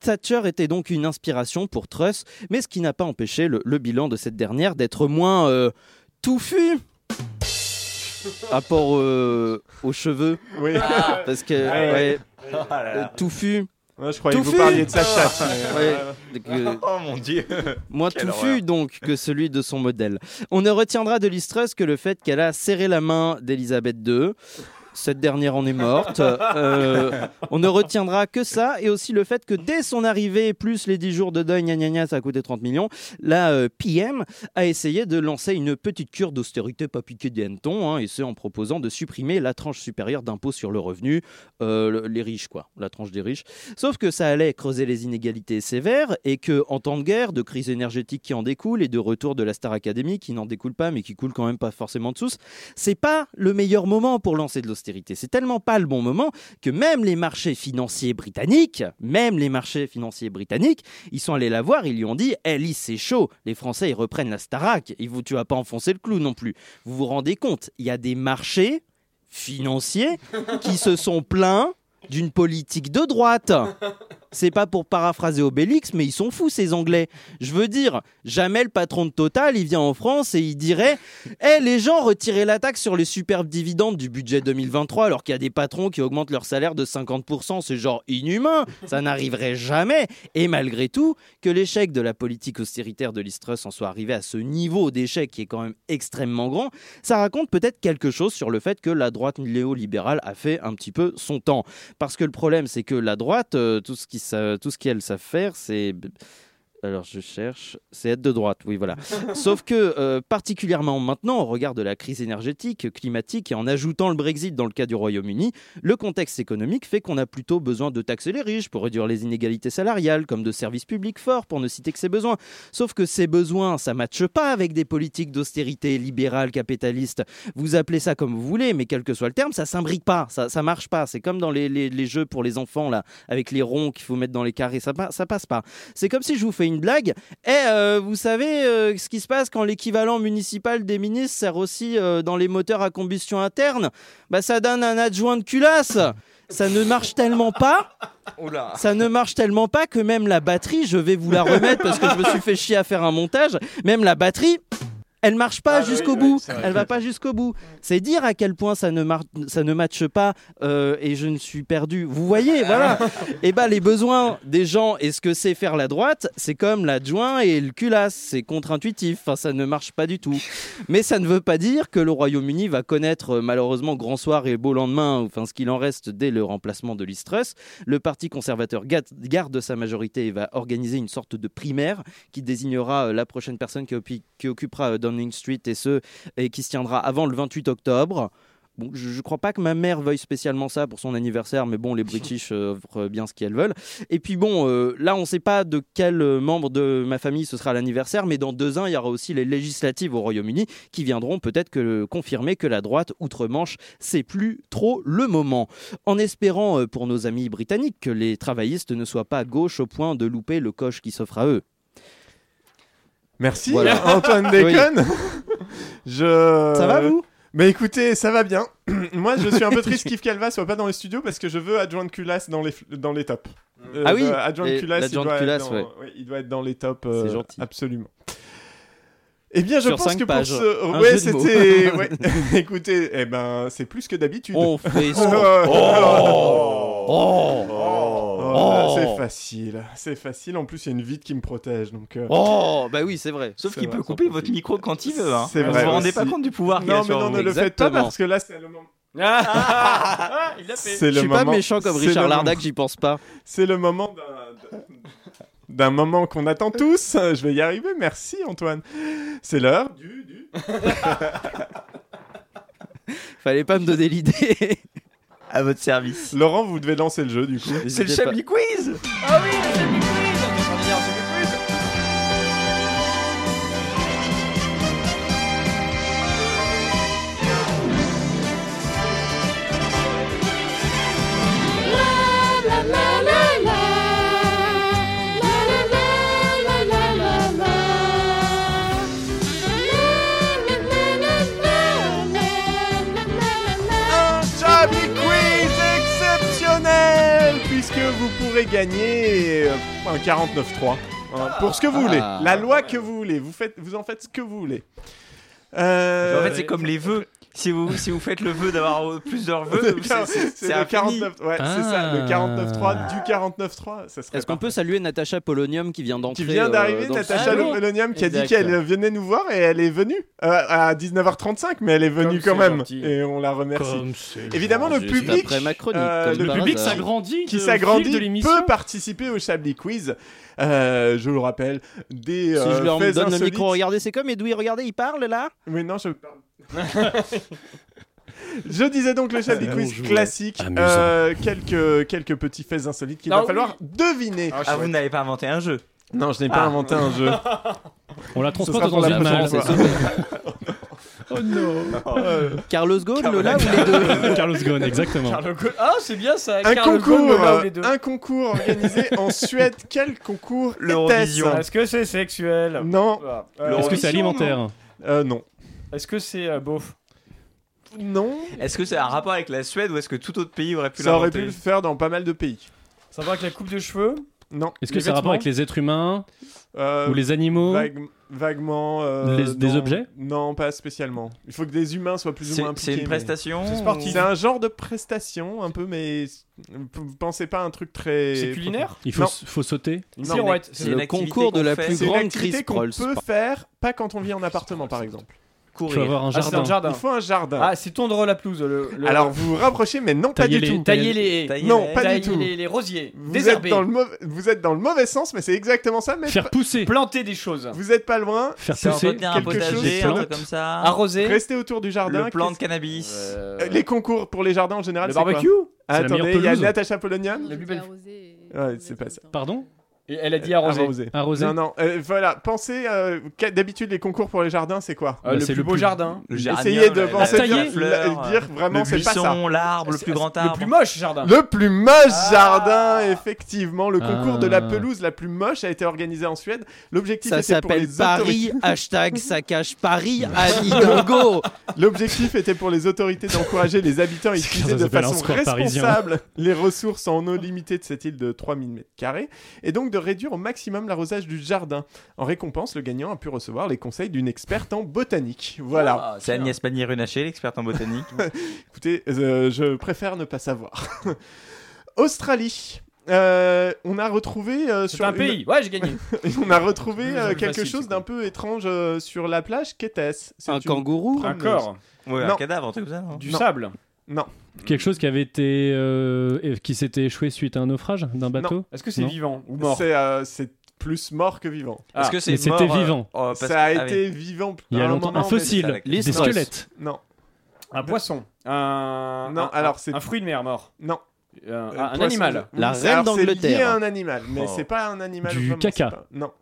Thatcher était donc une inspiration pour Truss, mais ce qui n'a pas empêché le, le bilan de cette dernière d'être moins euh, touffu. Rapport euh, aux cheveux. Oui. Ah, Parce que. Ah, ouais. ouais. Ah, là, là. Euh, touffu. Ouais, je croyais que vous Touffu. parliez de sa chatte. Ouais. Donc, euh, Oh mon dieu. Moins Quelle touffu horreur. donc que celui de son modèle. On ne retiendra de Liz Truss que le fait qu'elle a serré la main d'Elisabeth II. Cette dernière en est morte. Euh, on ne retiendra que ça et aussi le fait que dès son arrivée, plus les 10 jours de deuil, gna gna gna, ça a coûté 30 millions, la euh, PM a essayé de lancer une petite cure d'austérité pas piquée des hannetons, hein, et ce en proposant de supprimer la tranche supérieure d'impôt sur le revenu, euh, le- les riches quoi, la tranche des riches. Sauf que ça allait creuser les inégalités sévères et que en temps de guerre, de crise énergétique qui en découle et de retour de la Star Academy qui n'en découle pas mais qui coule quand même pas forcément de sous, c'est pas le meilleur moment pour lancer de l'austérité. C'est tellement pas le bon moment que même les marchés financiers britanniques, même les marchés financiers britanniques, ils sont allés la voir, ils lui ont dit Eh Lise, c'est chaud, les Français ils reprennent la Starac, ils vous, tu vas pas enfoncer le clou non plus. Vous vous rendez compte, il y a des marchés financiers qui se sont plaints d'une politique de droite. C'est pas pour paraphraser Obélix, mais ils sont fous ces Anglais. Je veux dire, jamais le patron de Total, il vient en France et il dirait Eh les gens, retirez la taxe sur les superbes dividendes du budget 2023 alors qu'il y a des patrons qui augmentent leur salaire de 50%, c'est genre inhumain, ça n'arriverait jamais. Et malgré tout, que l'échec de la politique austéritaire de l'Istrus en soit arrivé à ce niveau d'échec qui est quand même extrêmement grand, ça raconte peut-être quelque chose sur le fait que la droite néolibérale a fait un petit peu son temps. Parce que le problème, c'est que la droite, euh, tout ce qui sa- tout ce qu'elle savent faire, c'est alors je cherche, c'est être de droite, oui voilà. Sauf que euh, particulièrement maintenant, au regard de la crise énergétique, climatique et en ajoutant le Brexit dans le cas du Royaume-Uni, le contexte économique fait qu'on a plutôt besoin de taxer les riches pour réduire les inégalités salariales, comme de services publics forts pour ne citer que ses besoins. Sauf que ces besoins, ça matche pas avec des politiques d'austérité libérale, capitaliste. Vous appelez ça comme vous voulez, mais quel que soit le terme, ça s'imbrique pas, ça, ça marche pas. C'est comme dans les, les- les jeux pour les enfants là, avec les ronds qu'il faut mettre dans les carrés, ça, pa- ça passe pas. C'est comme si je vous fais une blague. Eh, euh, vous savez euh, ce qui se passe quand l'équivalent municipal des ministres sert aussi euh, dans les moteurs à combustion interne Bah ça donne un adjoint de culasse. Ça ne marche tellement pas. Oula. Ça ne marche tellement pas que même la batterie, je vais vous la remettre parce que je me suis fait chier à faire un montage, même la batterie, elle marche pas jusqu'au bout. elle va pas jusqu'au bout. C'est dire à quel point ça ne, mar- ça ne matche pas euh, et je ne suis perdu. Vous voyez, voilà. et ben les besoins des gens et ce que c'est faire la droite, c'est comme l'adjoint et le culasse. C'est contre-intuitif. Enfin, ça ne marche pas du tout. Mais ça ne veut pas dire que le Royaume-Uni va connaître euh, malheureusement grand soir et beau lendemain, enfin ce qu'il en reste dès le remplacement de Liz Truss. Le Parti conservateur ga- garde sa majorité et va organiser une sorte de primaire qui désignera euh, la prochaine personne qui, opi- qui occupera euh, Downing Street et ce et qui se tiendra avant le 28 octobre. Bon, je ne crois pas que ma mère veuille spécialement ça pour son anniversaire, mais bon, les British euh, offrent bien ce qu'elles veulent. Et puis bon, euh, là, on ne sait pas de quel euh, membre de ma famille ce sera l'anniversaire, mais dans deux ans, il y aura aussi les législatives au Royaume-Uni qui viendront peut-être que, euh, confirmer que la droite outre-Manche, c'est plus trop le moment. En espérant euh, pour nos amis britanniques que les travaillistes ne soient pas gauche au point de louper le coche qui s'offre à eux. Merci Voilà. Antoine Déconne. Je... Ça va, vous Bah écoutez, ça va bien. Moi, je suis un peu triste qu'Yves Calva soit pas dans le studio parce que je veux adjoint de culasse dans les, f- dans les tops. Euh, Ah oui, bah, adjoint de et culasse, il l'adjoint de doit, être culasse, dans- ouais. ouais, il doit être dans les tops. euh, C'est gentil. Absolument. Eh bien, je Sur pense cinq que pages. pour ce. Un ouais, jeu de mots. c'était. ouais. Écoutez, eh ben, c'est plus que d'habitude. On fait son- Euh, Oh Oh Oh, Oh C'est facile. C'est facile. En plus, il y a une vitre qui me protège. Donc, euh, Oh, bah oui, c'est vrai. Sauf C'est qu'il vrai, peut couper votre micro quand il veut. Hein. C'est vous vrai vous rendez pas aussi. compte du pouvoir qu'il Non, a mais sur non, vous. ne le faites pas Exactement. parce que là, c'est le moment. Ah, il l'a fait. C'est Je le suis pas moment- méchant comme c'est Richard le moment- Lardac, j'y pense pas. C'est le moment d'un- d'un- d'un moment qu'on attend tous. Je vais y arriver. Merci, Antoine. C'est l'heure du. du- Fallait pas me donner l'idée. À votre service. Laurent, vous devez lancer le jeu, du coup. N'hésitez C'est le pas. Chablis Quiz Ah oui, le Chablis Quiz. On peut s'en dire, le Chablis Quiz. vous pourrez gagner euh, un 49.3. hein, pour ce que vous Ah. voulez. La loi que vous voulez. Vous, faites, vous en faites ce que vous voulez. Euh, En fait, c'est comme les vœux. Si vous, si vous faites le vœu d'avoir plusieurs vœux, c'est- c'est c'est c'est le infini. 49 ouais, c'est ça, le Ah. 49.3 du 49.3, ça serait Est-ce qu'on peut saluer Natacha Polonium qui vient d'entrer Qui vient d'arriver, euh, dans- Natacha Ah bon Lopelonium, qui a dit Exact. qu'elle venait nous voir et elle est venue euh, à 19h35, mais elle est venue Comme quand c'est même. gentil. Et on la remercie. Comme c'est Évidemment, le gentil. Juste public, après ma chronique, comme Euh, le par public hasard. s'agrandit qui de- au s'agrandit fil de l'émission. peut participer au Chablis Quiz. Euh, je le rappelle, des Si je euh, leur faits donne le insolites. micro, regardez, c'est comme Edoui, regardez, il parle là Mais non, je Je disais donc le Chablis Ah, Quiz bonjour. classique, Amusant. euh, quelques, quelques petits faits insolites qu'il Ah va oui. falloir deviner. Ah, vous n'avez pas inventé un jeu Non, je n'ai pas inventé un jeu. On la Ce transporte sera dans pour la une prochaine malle, fois. c'est Oh non Carlos Ghosn, Lola ou les deux Carlos Ghosn, exactement. Carlo Go- Ah, c'est bien ça un Carlo Go, concours, Lola, ou euh, les deux. un concours organisé en Suède. Quel concours L'Eurovision. était-ce Est-ce que c'est sexuel Non. Ah, Est-ce que c'est l'Eurovision, alimentaire non. Euh, non. Est-ce que c'est euh, beauf Non. Est-ce que c'est un rapport avec la Suède ou est-ce que tout autre pays aurait pu Ça aurait l'inventer pu le faire dans pas mal de pays. Ça va avec la coupe de cheveux Non. Est-ce que ça a rapport avec les êtres humains Euh, ou les animaux vague- Vaguement. euh, Les- des non. objets Non, pas spécialement. Il faut que des humains soient plus C'est- ou moins impliqués. c'est une mais- prestation C'est sportif. C'est un genre de prestation, un peu, mais p- pensez pas à un truc très. C'est culinaire Il faut, Non. faut sauter Une Non, pirouette. mais- C'est le concours de la plus C'est une grande activité crise qu'on Prolls. peut faire, pas quand on vit en appartement, par exemple. Courir. Faut avoir un Ah, c'est jardin. un jardin. Il faut un jardin. Ah, c'est tondre la pelouse. Le, le- Alors vous vous rapprochez, mais non, pas Tailler du les- tout. tailler les. Tailler Non, les- pas tailler du tout. les, les rosiers. Vous êtes, désherber. dans le mauvais, vous êtes dans le mauvais sens, mais c'est exactement ça. Mais Faire pousser. Planter des choses. vous êtes pas loin. Faire C'est pousser. entretenir un quelque chose, potager, des un plantes. truc comme ça. Arroser. Restez autour du jardin. Le plant de Qu'est-ce- cannabis. Euh, Les concours pour les jardins en général. Le c'est quoi barbecue Ah, C'est la Attendez, meilleure il y a pelouse. Natacha Polonium. La plus belle- Ouais, c'est pas ça. Pardon Et Elle a dit arroser. Arroser. Ah, Non, non. euh, voilà, pensez. euh, qu'a- D'habitude, les concours pour les jardins, c'est quoi Euh, Bah, le c'est plus le beau plus- jardin. Le jardin, Essayez de la- penser la bien, fleur, le- dire vraiment, le c'est pas ça. buisson, l'arbre, le plus grand Le arbre. plus moche jardin. Le plus moche jardin, effectivement. Le concours de la Ah. pelouse la plus moche a été organisé en Suède. L'objectif Ça était pour les s'appelle autorités- Paris, hashtag ça cache Paris, Anne Hidalgo L'objectif était pour les autorités d'encourager les habitants à C'est clair, utiliser ça de s'appelle un façon square parisien. responsable les ressources en eau limitée de cette île de 3000 mètres carrés et donc de réduire au maximum l'arrosage du jardin. En récompense, le gagnant a pu recevoir les conseils d'une experte en botanique. Voilà. Ah, C'est Agnès Pannier-Runacher, l'experte en botanique. Écoutez, euh, je préfère ne pas savoir. Australie. Euh, on a retrouvé euh, C'est sur un une- pays. Ouais, j'ai gagné. on a retrouvé euh, plus quelque facile, chose c'est d'un peu étrange euh, sur la plage. Qu'était-ce C'est Un une- kangourou Un Promeneuse. corps. Ouais, Non. un cadavre, un truc comme ça. non Du Non. sable. Quelque chose qui avait été euh, et qui s'était échoué suite à un naufrage d'un bateau. Est-ce que c'est Non. vivant ou mort C'est euh, c'est plus mort que vivant. Ah. Est-ce que c'est Mais c'était mort, euh, vivant. oh, parce que- ça a ah oui. été vivant Il y à a un longtemps. moment, Un mais- mais ça, fossile. la- Des L'Istres. squelettes. Non, Un poisson. Un. Non, un- alors, un- c'est- Un fruit de mer mort. non. Un- Euh, un poisson- animal. Oui, La c'est- reine alors, C'est lié d'Angleterre. à un animal, mais Oh. c'est pas un animal. Du vraiment, caca. c'est pas- Non.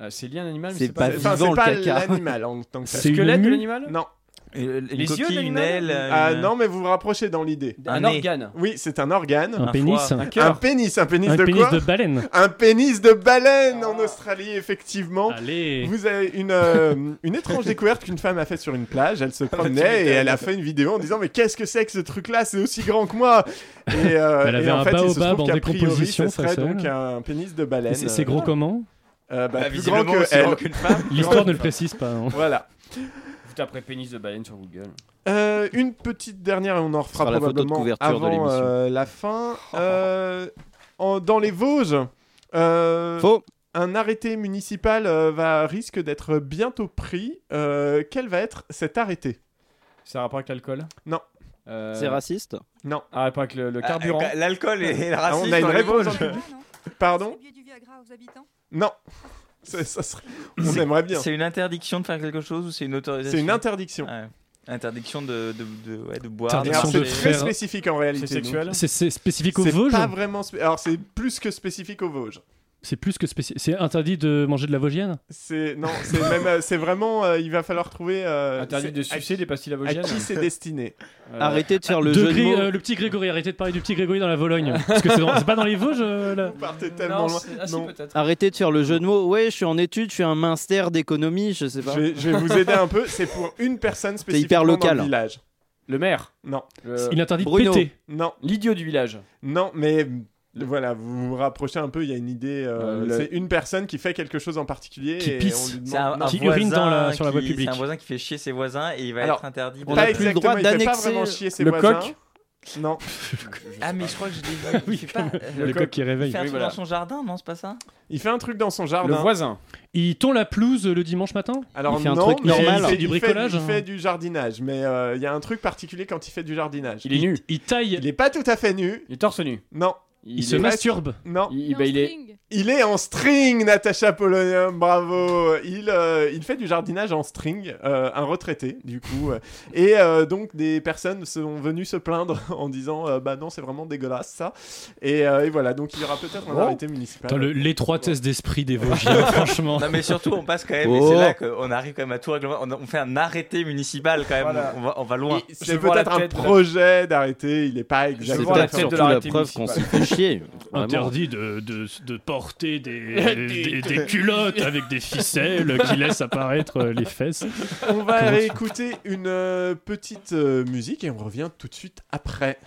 Euh, c'est lié à un animal, mais C'est c'est pas. pas- Enfin, Vivant, c'est le pas caca. l'animal en tant que C'est tel. une Squelette de mue. l'animal Non. Euh, Une Les yeux coquille, de une l'animal aile. Ah, une- euh, non, mais vous vous rapprochez dans l'idée. Un Un nez. organe. Oui, c'est un organe. Un Un pénis. foie. Un Un cœur. pénis, un pénis Un de pénis quoi de baleine. Un pénis de Ah. baleine en Australie, effectivement. Allez. Vous avez Oh. une, euh, une étrange découverte qu'une femme a faite sur une plage. Ah, Elle se promenait et elle a fait une vidéo en disant Mais qu'est-ce que c'est que ce truc-là C'est aussi grand que moi Et, euh, Elle avait et en un fait, il se baobab trouve en qu'a priori, décomposition ce serait face à elle. donc un pénis de Et baleine. C'est c'est Euh, gros comment euh, bah, Ah, Bah, plus grand visiblement que aussi grand elle. qu'une femme. L'histoire ne le précise pas. hein. Voilà. Vous taperez pénis de baleine sur Google. Euh, une petite dernière et on en refera sera la photo de probablement couverture de avant l'émission. euh, la fin. Euh, en- dans les Vosges, euh, Faux un arrêté municipal euh, va, risque d'être bientôt pris. Euh, quel va être cet arrêté C'est un rapport avec l'alcool Non. Euh, C'est raciste Un rapport avec le, le carburant. Ah, L'alcool et le racisme. on a une dans les réponse. Vosges. Pardon du Viagra aux habitants Non. Ça- ça serait- On aimerait bien. C'est une interdiction de faire quelque chose ou c'est une autorisation C'est une interdiction. Ouais. Interdiction de, de, de, ouais, de boire. Et Interdiction alors, de c'est manger. très faire- spécifique en réalité. C'est sexuel C'est c'est spécifique aux donc. C'est Vosges. hein. pas vraiment. spé- Alors c'est plus que spécifique aux Vosges. C'est plus que spécifique. C'est interdit de manger de la vosgienne. C'est non, c'est même, euh, c'est vraiment. euh, il va falloir trouver. euh, Interdit c'est- de à- sucer des pastilles à avogènes. qui c'est destiné Euh, Arrêtez de faire le De jeu de Gré- mots. euh, le petit Grégory, arrêtez de parler du petit Grégory dans la Vologne. Parce que c'est dans- c'est pas dans les Vosges. euh, là. Vous partez Non, tellement loin. c'est- ah, si, Non. peut-être. Arrêtez de faire le jeu de mots. Ouais, je suis en études, je suis un minster d'économie, je sais pas. Je vais, je vais vous aider un peu. C'est pour une personne spécifiquement hyper local. dans le village. Le maire. Non, Le- Euh, Il interdit de Bruno. péter. non, L'idiot du village. non, mais Voilà, vous vous rapprochez un peu, il y a une idée. euh, Euh, le- C'est une personne qui fait quelque chose en particulier. Qui et pisse. on lui demande- C'est un, un Qui voisin urine dans la- sur la voie qui- publique. C'est un voisin qui fait chier ses voisins et il va Alors, être interdit. on de- n'a plus le droit droit d'annexer. pas d'annexer vraiment chier ses le voisins. coq Non. Ah, mais je crois que je l'ai vu. Il fait pas. Le, euh, coq qui Il réveille. fait un Oui, truc voilà. dans son jardin, non, c'est pas ça Il fait un truc dans son Le jardin. voisin. Il tond la pelouse euh, le dimanche matin Alors Il fait un non, truc mais normal. Il fait, Il fait du il fait- bricolage, Il hein. fait, du jardinage, mais euh, il y a un truc particulier quand il fait du jardinage. Il est nu. Il taille, Il est pas tout à fait nu. Il est torse nu. Non, il, se est- masturbe. non. Il, bah, il est. Il est en string, Natacha Polonium, bravo. Il, euh, il fait du jardinage en string, euh, un retraité du coup. euh. et euh, donc des personnes sont venues se plaindre en disant euh, bah non c'est vraiment dégueulasse ça. Et, euh, et voilà donc il y aura peut-être un Oh. arrêté municipal. Putain, le- L'étroitesse d'esprit des Vosgiens, franchement. Non, mais surtout, on passe quand même. Oh. Et c'est là qu'on arrive quand même à tout règlement. On, on fait un arrêté municipal quand même. Voilà. On, va, on va loin. Et Je C'est vois la peut-être un tête de la- projet d'arrêté, il n'est pas C'est exactement. voir la peut-être tête de surtout la la réalité preuve qu'on s'y fait chier. vraiment. Interdit de, de- de porter des, des- des culottes avec des ficelles qui laissent apparaître euh, les fesses. On va Comment tu- réécouter une euh, petite euh, musique et on revient tout de suite après.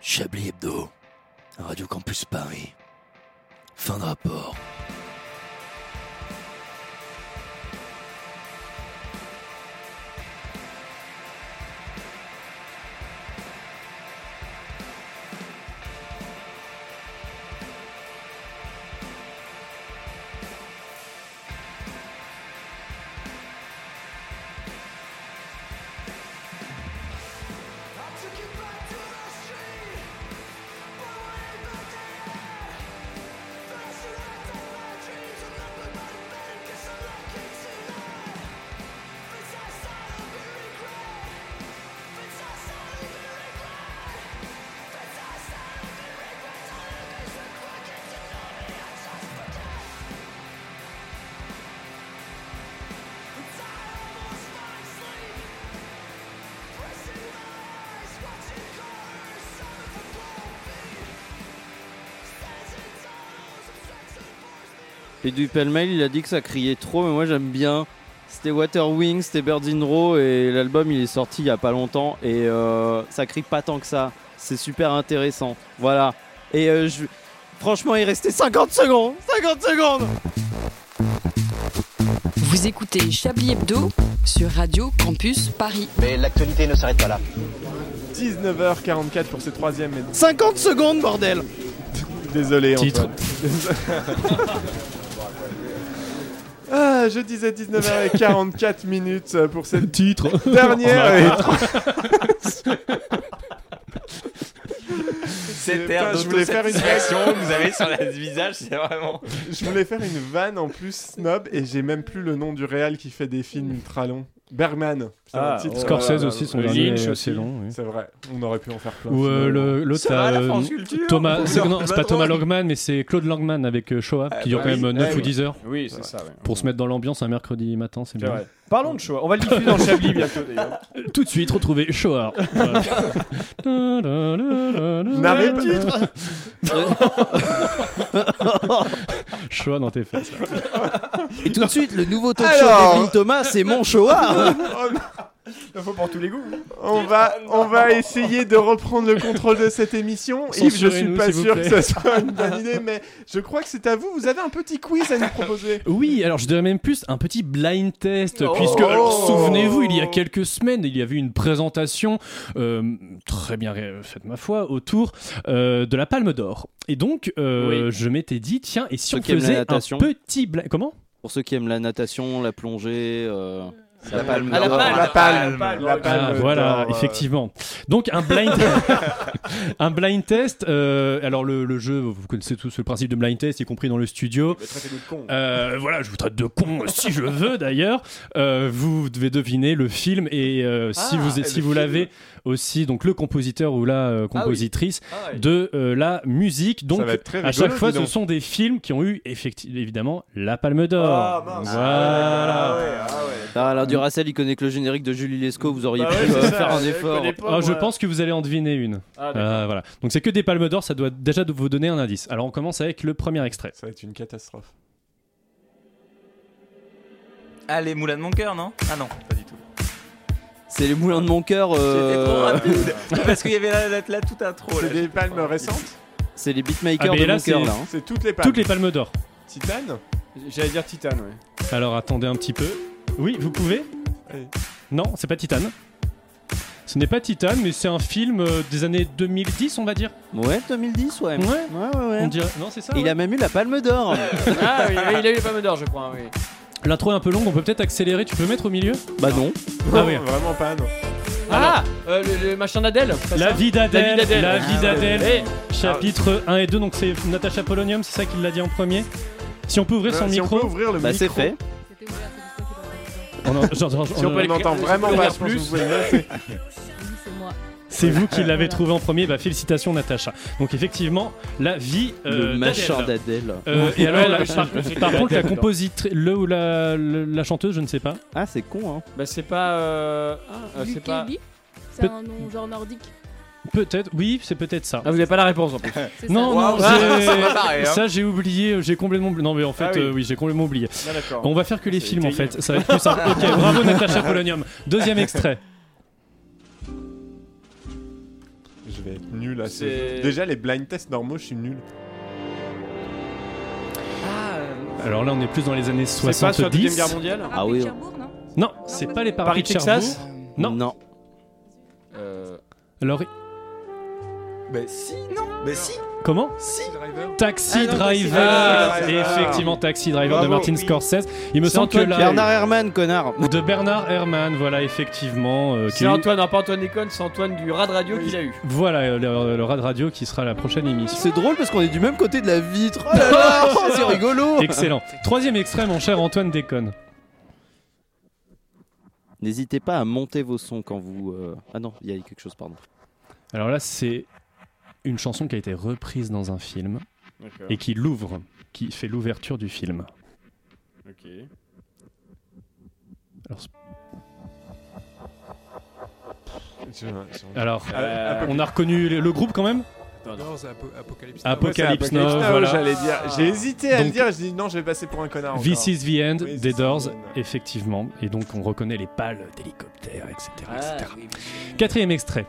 Chablis Hebdo, Radio Campus Paris. Fin de rapport. Et du pêle-mêle, il a dit que ça criait trop, mais moi j'aime bien. C'était Water Wings, c'était Birds in Row, et l'album il est sorti il y a pas longtemps, et euh, ça crie pas tant que ça. C'est super intéressant. Voilà. Et euh, je... franchement, il restait 50 secondes 50 secondes Vous écoutez Chablis Hebdo sur Radio Campus Paris. Mais l'actualité ne s'arrête pas là. 19h44 pour ce troisième. et- 50 secondes, bordel Désolé. Titre. Antoine. Ah, je disais 19h44 minutes euh, pour cette Titre. Oh, dernière. et- Cette Putain, air je voulais faire une d'autosatisfaction que vous avez sur le visage, c'est vraiment. Je voulais faire une vanne en plus snob et j'ai même plus le nom du réal qui fait des films ultra longs. Bergman. C'est un Ah, titre, oh, euh, Scorsese euh, aussi, son euh, dernier, Lynch c'est aussi. long, oui. C'est vrai, on aurait pu en faire plein. Ou euh, finalement. le- l'autre, t'as, euh, Thomas, c'est, non, c'est pas Thomas Logman, mais c'est Claude Langman avec euh, Shoah, Ah, qui dure bah quand oui. même Ah, 9 ou oui. 10 heures. Oui, c'est ça, ouais. Pour se mettre dans l'ambiance un mercredi matin, c'est C'est bien. vrai. Parlons de Shoah. On va le diffuser dans le Chablis bientôt. d'ailleurs. Tout de suite, retrouver Shoah. Voilà. N'arrête pas. Shoah dans tes fesses. là. Et tout de suite, le nouveau talk Alors- show d'Evelyne Thomas, c'est mon Shoah Il en faut pour tous les goûts. On va, on va essayer de reprendre le contrôle de cette émission. Yves, je suis Censurez-nous, pas s'il vous sûr que plaît. ce soit une bonne idée, mais je crois que c'est à vous. Vous avez un petit quiz à nous proposer. Oui, alors je dirais même plus un petit blind test, Oh. puisque alors, souvenez-vous, il y a quelques semaines, il y avait une présentation euh, très bien ré- faite, ma foi, autour euh, de la Palme d'Or. Et donc, euh, Oui. je m'étais dit, tiens, et si Ceux on qui aiment la faisait un natation. petit blind... Comment Pour ceux qui aiment la natation, la plongée, euh, La palme. Ah, la d'or. palme. La palme. La La Ah, palme. voilà, d'or, euh, effectivement. Donc un blind, un blind test. euh, alors le, le jeu, vous connaissez tous le principe de blind test, y compris dans le studio. Traitez-nous de con. Euh, voilà, je vous traite de con euh, si je le veux d'ailleurs. Euh, vous devez deviner le film et euh, si Ah, vous et si le vous film. l'avez aussi donc le compositeur ou la Ah euh, compositrice de euh, la musique. Donc va être très à rigolo, chaque fois, dis ce donc. sont des films qui ont eu effectivement évidemment la Palme Ah, d'Or. mince. voilà. Ah, ouais, ah, ouais. Ah, alors Duracell, il connaît que le générique de Julie Lescaut, vous auriez Bah pu ouais, c'est euh, ça, faire un je effort. connais pas, Ah, je moi. pense que vous allez en deviner une. Ah, d'accord. Ah, voilà. Donc c'est que des palmes d'or, ça doit déjà vous donner un indice. Alors on commence avec le premier extrait. Ça va être une catastrophe. Ah, les moulins de mon cœur, non Ah non, pas du tout. C'est les moulins de mon cœur, euh, J'étais trop rapide. Parce qu'il y avait là, là, là, tout un trop. là. C'est des palmes récentes c'est les Ah, beatmakers mais de là, mon cœur c'est- là. hein. C'est toutes les palmes. Toutes les palmes d'or. Titane J'allais dire Titan, ouais. Alors attendez un petit peu. Oui, vous pouvez Allez. Non, c'est pas Titan. Ce n'est pas Titan, mais c'est un film euh, des années 2010, on va dire. hein. Ouais, 2010, ouais. Ouais. ouais, ouais. On dirait. Non, c'est ça. Et Il ouais. a même eu la palme d'or. Ah oui, il a eu les pommes d'or, je crois. Oui. L'intro est un peu longue, on peut peut-être accélérer. Tu peux mettre au milieu bah non. Ah oui. Vraiment pas, non. Ah, euh, le, le machin d'Adèle. c'est La ça vie d'Adèle. La vie d'Adèle. La vie Ah, d'Adèle. ouais. Chapitre 1 et 2, donc c'est Natacha Polonium, c'est ça qu'il l'a dit en premier. Si on peut ouvrir son Euh, si micro. on peut ouvrir le Bah c'est micro. fait. On en- genre, genre, Si on on, en- peut n'entend vraiment pas, je pense que plus. vous pouvez passer. c'est moi. C'est vous qui l'avez trouvé en premier, bah félicitations Natacha. Donc effectivement, la vie euh, le machin d'Adèle. d'Adèle. Euh, et alors, Ouais, la- le par, par contre, la compositrice, le ou la, le- la chanteuse, je ne sais pas. Ah c'est con hein. Bah, c'est pas. Euh... Ah, euh, c'est pas. C'est un nom genre nordique. Peut-être, oui, c'est peut-être ça. Ah, vous avez pas la réponse en plus. c'est Non, ça non, ça j'ai- va pareil, hein. ça j'ai oublié, j'ai complètement oublié. Non, mais en fait, Ah oui. euh, oui, j'ai complètement oublié. Ah, d'accord. On va faire que les C'est films en italien. fait, ça va être plus simple. ok, bravo Natacha Polonium. Deuxième extrait. Je vais être nul à ce C'est- jeu. Déjà, les blind tests normaux, je suis nul. Alors là, on est plus dans les années C'est pas sur la deuxième 70. guerre mondiale Ah oui. Non, c'est pas les Paris, paris, de Cherbourg. Texas Non. Non. euh... Alors, Bah si, non. Bah si, comment si. Taxi Ah non, Taxi Driver, Driver. Et effectivement Taxi Driver de Bravo. Martin Scorsese. Il me C'est semble que Antoine là Bernard Herrmann, connard. de Bernard Herrmann, voilà effectivement. euh, qui- C'est Antoine, non pas Antoine Déconne, c'est Antoine du Rad Radio qui l'a eu. Voilà euh, le, le Rad Radio qui sera la prochaine émission. C'est drôle parce qu'on est du même côté de la vitre. Oh là là, oh, c'est rigolo. Excellent. Troisième extrait, mon cher Antoine Déconne. N'hésitez pas à monter vos sons quand vous. euh, Ah non, il y a quelque chose, pardon. Alors là, c'est une chanson qui a été reprise dans un film D'accord. et qui l'ouvre, qui fait l'ouverture du film. Ok. Je- je- Alors, Euh, on a reconnu le, le groupe quand même Apocalypse. Apocalypse Ouais, c'est Now, Apocalypse Now, voilà. j'allais dire. J'ai hésité à Donc- le dire, je dis non, je vais passer pour un connard. encore. This is the end Oui, des this is Doors, the end. effectivement. Et donc, on reconnaît les pales d'hélicoptères, etc. etc. Ah, Quatrième extrait.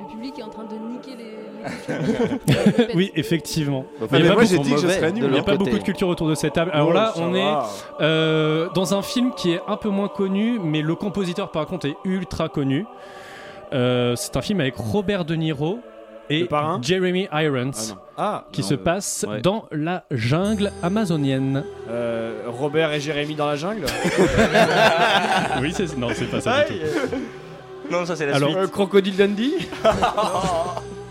Le public est en train de niquer les. oui, effectivement. Enfin, Il y a mais pas moi beaucoup- j'ai dit que je mauvais serais de nul. hein. Il n'y a leur pas côté. beaucoup de culture autour de cette table. Ah, Oh, Alors là, on est euh, dans un film qui est un peu moins connu, mais le compositeur, par contre, est ultra connu. Euh, c'est un film avec Robert De Niro et Le parrain Jeremy Irons Ah, non. ah qui Non, se euh, passe ouais. dans la jungle amazonienne. euh, Robert et Jérémy dans la jungle oui, c'est non, c'est pas ça du Aïe. tout. Non, ça c'est la Alors, suite. Euh, Crocodile Dundee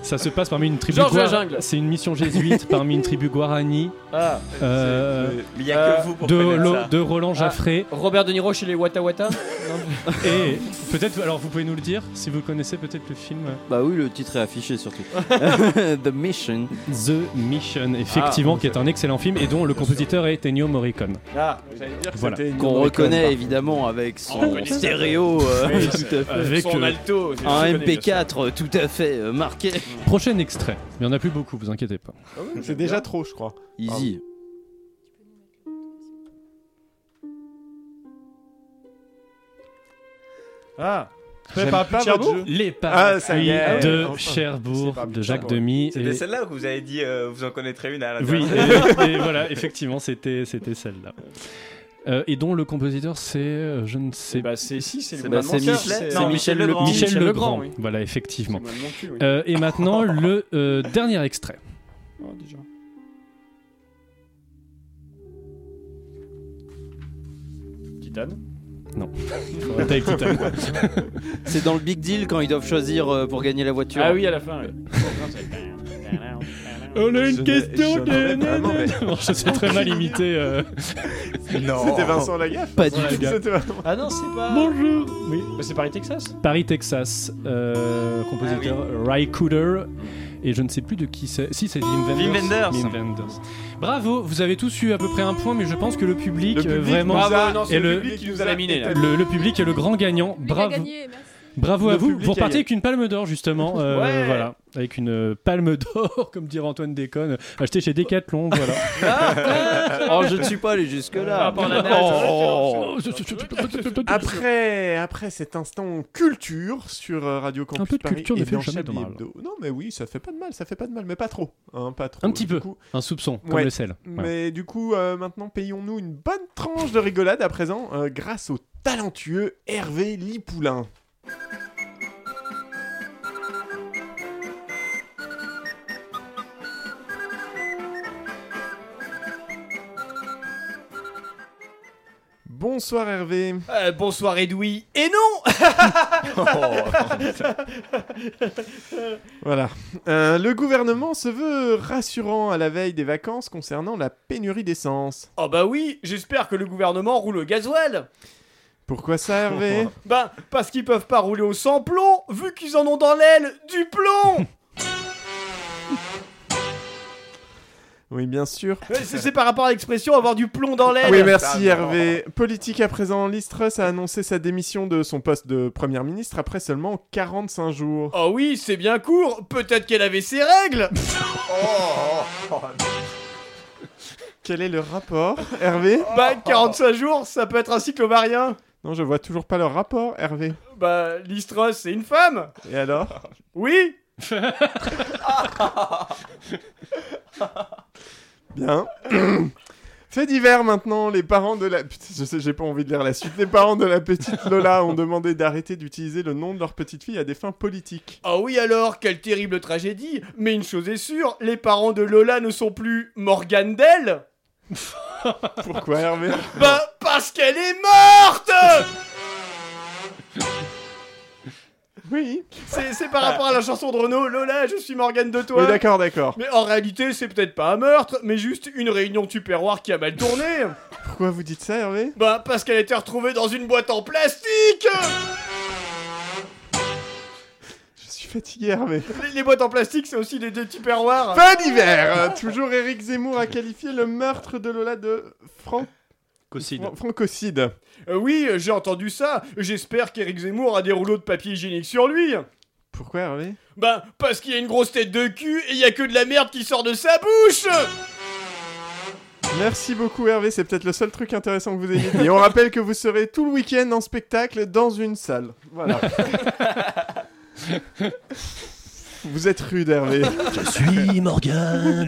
Ça se passe parmi une tribu. Georges la guara- jungle. C'est une mission jésuite parmi une tribu guarani. Ah. euh, C'est- c'est- mais il y a que euh, vous pour de, connaître Lo- ça. de Roland Ah, Jaffré. Robert De Niro chez les Wata Wata Ah. Et peut-être, alors vous pouvez nous le dire si vous connaissez peut-être le film. euh, Bah oui, le titre est affiché surtout. The Mission. The Mission, effectivement, Ah, qui est un excellent film et dont le compositeur est Ennio Morricone. Ah, j'allais dire que Voilà. c'était une Qu'on Morricone, reconnaît par- évidemment avec On son reconnaît ça. stéréo, euh, Oui, tout à fait. avec, Son euh, alto, c'est- un je connais bien MP4 tout à fait euh, marqué. Prochain extrait. Il n'y en a plus beaucoup, vous inquiétez pas. C'est déjà trop, je crois. Easy. Ah J'aime pas votre jeu. Les Ah, ça y parapluies est, de enfin. Cherbourg C'est pas de Cherbourg. Jacques Demy. C'était et- celle-là que vous avez dit, euh, vous en connaîtrez une à la Oui, dernière. et, et voilà, effectivement, c'était c'était celle-là. Euh, et dont le compositeur, c'est. euh, je ne sais Bah, c'est si, c'est le C'est- Moulin bah, de c'est Manqueur, Michelet- c'est- non, c'est Michel Legrand. Legrand. Michel Michel Legrand, Legrand, oui. voilà, effectivement. C'est le Moulin de Manqueur, oui. Euh, et maintenant, le euh, dernier extrait. Oh, déjà. Titane Non. Faudrait être avec Titane, quoi. C'est dans le Big Deal quand ils doivent choisir euh, pour gagner la voiture. Ah oui, à la fin, oui. On a une une Je question question n'ai- je de- n'aurais vraiment, mais- Je sais très mal imiter. euh, Non. C'était Vincent Lagaffe Pas du Ouais, tout. c'était Vincent- Ah non, c'est pas. Bonjour Oui. Bah, c'est Paris, Texas Paris, Texas, euh, compositeur Ah Ry Cooder, et je ne sais plus de qui c'est. Si, c'est Wim Wenders. Wim Wenders. Wenders. Bravo, vous avez tous eu à peu près un point, mais je pense que le public, Le euh, public vraiment. nous a- Ah, non, et c'est le- le public qui nous a laminé là. le, le public est le grand gagnant. a Bravo. gagné, merci. Bravo Le à vous. public Vous a repartez gagné. avec une palme d'or justement. euh, Ouais. Voilà, avec une euh, palme d'or, comme dirait Antoine Déconne, achetée chez Decathlon. Voilà. Oh, je ne suis pas allé jusque-là. Ah, par la nage. Oh. Après, après cet instant culture sur euh, Radio Campus peu de Paris culture ne et fait dans jamais de Chablis mal. Hebdo. Non mais oui, ça fait pas de mal, ça fait pas de mal, mais pas trop, hein, pas trop. Un petit Du peu, coup, un soupçon, comme Ouais. le sel. Ouais. Mais du coup, euh, maintenant payons-nous une bonne tranche de rigolade à présent, euh, grâce au talentueux Hervé Lipoulin. Bonsoir Hervé. Euh, bonsoir Edoui. Et non Voilà. Euh, le gouvernement se veut rassurant à la veille des vacances concernant la pénurie d'essence. Oh bah oui, j'espère que le gouvernement roule au gasoil. Pourquoi ça, Hervé Ben, parce qu'ils peuvent pas rouler au sans plomb, vu qu'ils en ont dans l'aile du plomb Oui, bien sûr. Ouais, Euh, C'est c'est par rapport à l'expression avoir du plomb dans l'aile. Oui, merci Ah, non. Hervé. Politique à présent, Liz Truss a annoncé sa démission de son poste de Premier ministre après seulement 45 jours. Oh oui, c'est bien court, peut-être qu'elle avait ses règles Quel est le rapport, Hervé Bah, 45 jours, ça peut être un cycle ovarien Non, je vois toujours pas le rapport, Hervé. Bah, Listros, c'est une femme Et alors Oui Bien. Fait divers maintenant, les parents de la... Putain, je sais, j'ai pas envie de lire la suite. Les parents de la petite Lola ont demandé d'arrêter d'utiliser le nom de leur petite fille à des fins politiques. Ah oui alors, quelle terrible tragédie Mais une chose est sûre, les parents de Lola ne sont plus Morgane Dell Pourquoi, Hervé Bah, parce qu'elle est morte Oui. C'est c'est par rapport à la chanson de Renaud, Lola, je suis Morgane de toi Oui, d'accord, d'accord. Mais en réalité, c'est peut-être pas un meurtre, mais juste une réunion tupperware qui a mal tourné Pourquoi vous dites ça, Hervé Bah, parce qu'elle a été retrouvée dans une boîte en plastique Je suis fatigué, Hervé. Les, les boîtes en plastique, c'est aussi des, des tupperwares Fin d'hiver Euh, Toujours Éric Zemmour a qualifié le meurtre de Lola de fran- fran- francocide. Euh, oui, euh, j'ai entendu ça. J'espère qu'Éric Zemmour a des rouleaux de papier hygiénique sur lui. Pourquoi Hervé Bah, parce qu'il a une grosse tête de cul et il y a que de la merde qui sort de sa bouche Merci beaucoup Hervé, c'est peut-être le seul truc intéressant que vous ayez dit. Et on rappelle que vous serez tout le week-end en spectacle dans une salle. Voilà. vous êtes rude Hervé. Je suis Morgan.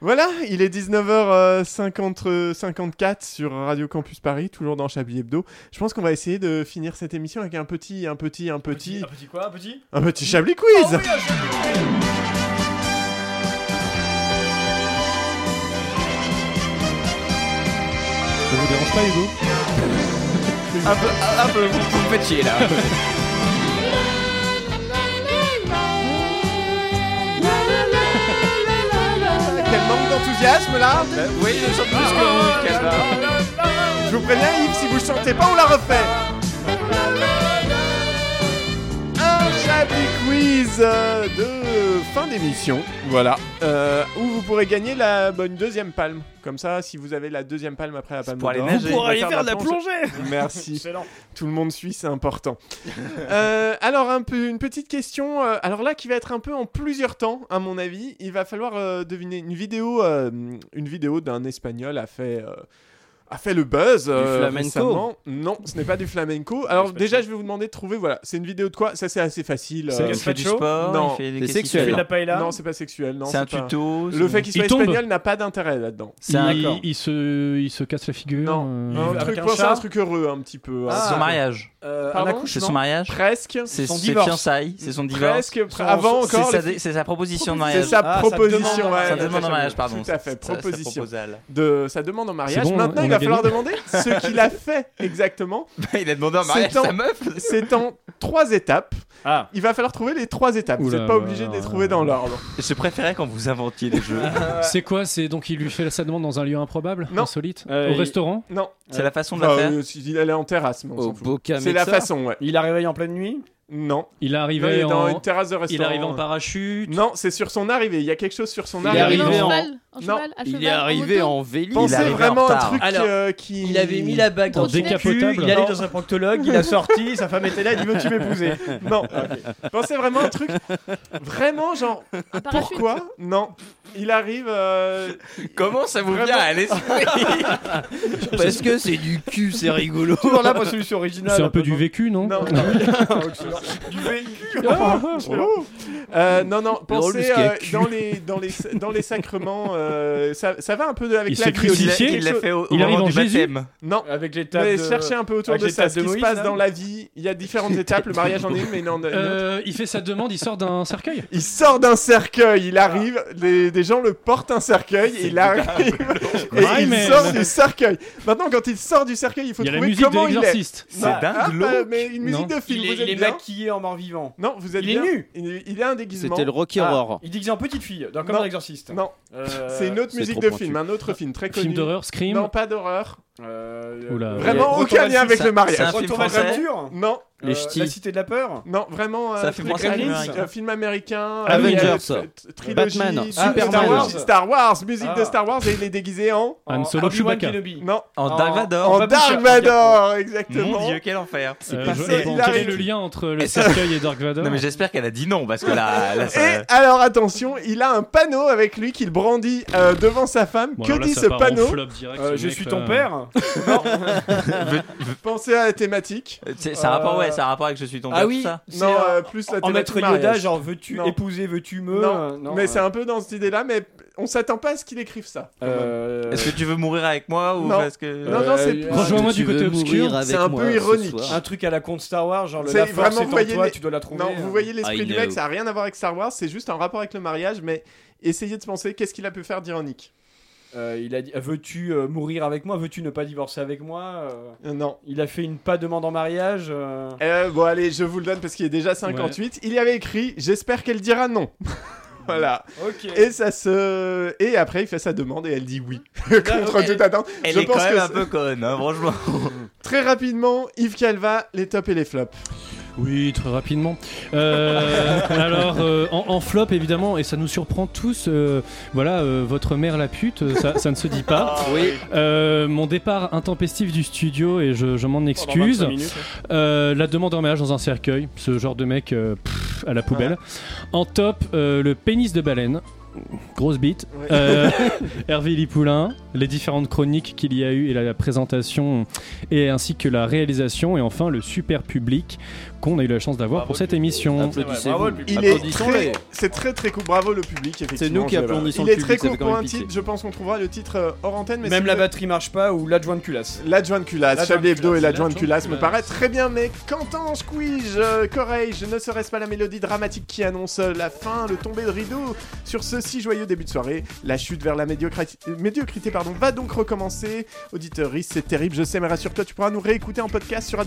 Voilà, il est 19h54 sur Radio Campus Paris, toujours dans Chablis Hebdo. Je pense qu'on va essayer de finir cette émission avec un petit, un petit, un petit, Un petit quoi, un petit un petit Chablis quiz Ça vous dérange pas, Hugo Un peu, un peu, vous, vous me faites chier là. manque d'enthousiasme là Oui, je chante plus que vous, Je vous préviens, Yves, si vous chantez pas, on la refait. Un Chablis Quiz euh, de fin d'émission, voilà, Euh, où vous pourrez gagner la bonne deuxième palme. Comme ça, si vous avez la deuxième palme après la palme pour aller d'or, nager. vous pourrez Pour aller faire Oh. de la plongée. Merci. Excellent. Tout le monde suit, c'est important. Euh, alors, un peu, une petite question. euh, alors là, qui va être un peu en plusieurs temps, à mon avis. Il va falloir euh, deviner une vidéo, euh, une vidéo d'un Espagnol a fait. euh, a fait le buzz euh, flamenco. récemment. Non, ce n'est pas du flamenco. Alors déjà, je vais vous demander de trouver. Voilà, c'est une vidéo de quoi Ça, c'est assez facile. C'est il fait du sport, Non, il fait des- C'est qu'est-ce qu'il fait Il fait de la paella Non, c'est pas sexuel. non, C'est un pas- tuto, Le c'est- fait qu'il Il soit tombe. espagnol n'a pas d'intérêt là-dedans. Il, il se, il se casse la figure. euh, Un avec truc, un pensez à chat. un truc heureux, un petit peu. C'est hein. Ah. son mariage. Euh, Pardon un accouchement C'est son mariage Presque. C'est Son ses divorce. fiançailles, c'est son divorce. Presque. pr- Son- avant c'est encore. sa les- dé- c'est sa proposition de C'est mariage. sa Ah, sa proposition. demande en ouais, mariage. Sa demande en tout à mariage, fait. pardon. Tout à fait. Sa- sa Proposition. proposale. De sa demande en mariage. C'est bon, Maintenant, on il va a falloir gagné. demander ce qu'il a fait exactement. Il a demandé en C'est mariage en- sa meuf. C'est en trois étapes. Ah. Il va falloir trouver les trois étapes. Vous Oula, n'êtes pas obligé de les trouver dans l'ordre. Je préférais quand vous inventiez des jeux. C'est quoi C'est donc il lui fait sa demande dans un lieu improbable, Non. insolite, Euh, au il- restaurant. Non. C'est la façon de Enfin, la faire. euh, Il allait en terrasse. mais on Au s'en fout. Boca C'est la Mezza façon, ouais. Il a réveillé en pleine nuit Non. Il Non, il est arrivé est dans en. une terrasse de il restaurant. est arrivé en parachute. Non, c'est sur son arrivée. Il y a quelque chose sur son Il est arrivée. arrivé Non. en- cheval, en Non. cheval, à Il est cheval, en arrivé moto. en vélo. Il est Pensez arrivé en vraiment à un retard. truc Alors, euh, qui. Il avait mis la bague dans Dans son cul, décapotable. il allait Non. dans un proctologue, il a sorti, sa femme était là, il dit veux-tu m'épouser Non. Pensez vraiment à un truc. Vraiment, genre. Un parachute. Pourquoi Non. Il arrive. euh, Comment ça vous Vraiment. vient à l'esprit Parce que c'est du cul, c'est rigolo. Toujours là pour solution originale. C'est un peu du vécu, non, Euh, Non. du véhicule. Oh. Euh, non, non. Drôle, Pensez parce qu'il y a euh, cul. dans les dans les dans les sacrements. euh, ça, ça va un peu de- avec Il la s'est vie aussi. crucifié. Quelque Il l'a chose- fait au, au Il arrive moment en du Jésus. baptême. Non. Avec les tables. Mais de- cherchez un peu autour avec de les ça, tables ce de qui se Moïse, passe là. dans la vie. Il y a différentes étapes. Le mariage en est une, mais il en a une autre. Euh, il fait sa demande, il sort d'un cercueil. Il sort d'un cercueil, il arrive, les- des gens le portent un cercueil, il arrive et My il man. sort du cercueil. Maintenant, quand il sort du cercueil, il faut Il y a la trouver musique de comment il est. l'exorciste. C'est Non, dingue, ah, l'eau. pas- mais une musique de film, Il est, vous êtes il est bien maquillé en mort-vivant. Non, vous êtes Il est bien. nu. Il, il a un déguisement. C'était le Rocky Horror. Il déguisait en petite fille, dans- comme Non. un exorciste. Non, Euh, c'est une autre c'est musique trop de pointu. film, un autre film très connu. Film d'horreur, Scream. Non, pas d'horreur. euh, Oula. euh, Vraiment Retour aucun vers lien avec ça- le ça- mariage. Un film Retour vers le français. futur Non, Euh, Les ch'tis. La cité de la peur non, vraiment. Ça un fait truc penser à Gremlins, l'Amérique. un film américain. Avengers. avec, euh, t- trilogie, Batman, euh, Superman. Star Wars, Star Wars, musique Ah. de Star Wars et il est déguisé en. Han En Solo Obi-Wan Chewbacca. Kenobi. Non, En En- Dark Vador. en Babu Dark Shark. Vador, exactement. Mon dieu, quel enfer. Euh, pas je- ça, quel il arrive. est le lien entre le Et ça- cercueil et Dark Vador Non, mais j'espère qu'elle a dit non parce que là. là, ça- Et alors attention, il a un panneau avec lui qu'il brandit euh, devant sa femme. Bon, que alors là, dit ça ce part en panneau flop direct, Euh, ce Je mec, suis là. ton père Pensez à la thématique. C'est c'est un rapport, Euh, ouais, c'est un rapport avec Je suis tombé. Ah tout oui. ça. C'est, non, euh, euh, plus la En thématique maître mariage. Yoda, genre veux-tu Non. épouser, veux-tu me Non, Euh, mais euh, c'est un peu dans cette idée-là, mais on s'attend pas à ce qu'il écrive ça. quand même. euh, Est-ce que tu veux mourir avec moi ou Non. parce que. non, non, c'est euh, plus- Rejoins-moi Tu du veux côté mourir obscur. avec C'est un moi peu ce ironique. soir. Un truc à la con de Star Wars, genre le C'est la force vraiment, est en voyez toi, les- tu dois la trouver. euh. Non, vous voyez l'esprit I du know. mec, ça a rien à voir avec Star Wars, c'est juste un rapport avec le mariage, mais essayez de penser qu'est-ce qu'il a pu faire d'ironique. Euh, il a dit veux-tu euh, mourir avec moi Veux-tu ne pas divorcer avec moi Euh, Euh, Non. Il a fait une pas demande en mariage. euh. Euh, bon, allez, je vous le donne parce qu'il est déjà 58. Il y avait écrit J'espère qu'elle dira non. voilà. Ok. Et ça se. Et après, il fait sa demande et elle dit oui. Contre ok. toute attente. Elle Je est quand pense même que un c'est- peu conne, hein, franchement. Très rapidement, Yves Calva, les tops et les flops. Oui, très rapidement. Euh, alors, euh, en, en flop, évidemment, et ça nous surprend tous, euh, voilà, euh, votre mère la pute, euh, ça, ça ne se dit pas. Oui. Euh, mon départ intempestif du studio, et je, je m'en Pendant excuse. 25 minutes, hein. Euh, la demande en mariage dans un cercueil, ce genre de mec euh, pff, à la Ah poubelle. En top, euh, le pénis de baleine. Grosse bite. Ouais. Euh, Hervé Lipoulin, les différentes chroniques qu'il y a eu et la, la présentation et ainsi que la réalisation et enfin le super public qu'on a eu la chance d'avoir Bravo, pour cette public. émission. Applaudissez-vous. Il est Applaudissons-les. très, c'est très très cool. Bravo le public, effectivement. nous qui je vais- applaudissons Il le est public, très ça court fait quand pour même un pitié. titre. Je pense qu'on trouvera le titre euh, hors antenne. Mais Même si la vous- batterie marche pas ou l'adjoint de culasse. L'adjoint de culasse, Chablis Hebdo et l'adjoint de l'adjoint de culasse me culasse. paraît très bien, mais qu'entends-je, euh, je Correille, je ne serait-ce pas la mélodie dramatique qui annonce la fin, le tomber de rideau sur ce si joyeux début de soirée. La chute vers la médiocrati- euh, médiocrité pardon, va donc recommencer. Auditeuriste, c'est terrible, je sais, mais rassure-toi, tu pourras nous réécouter en podcast sur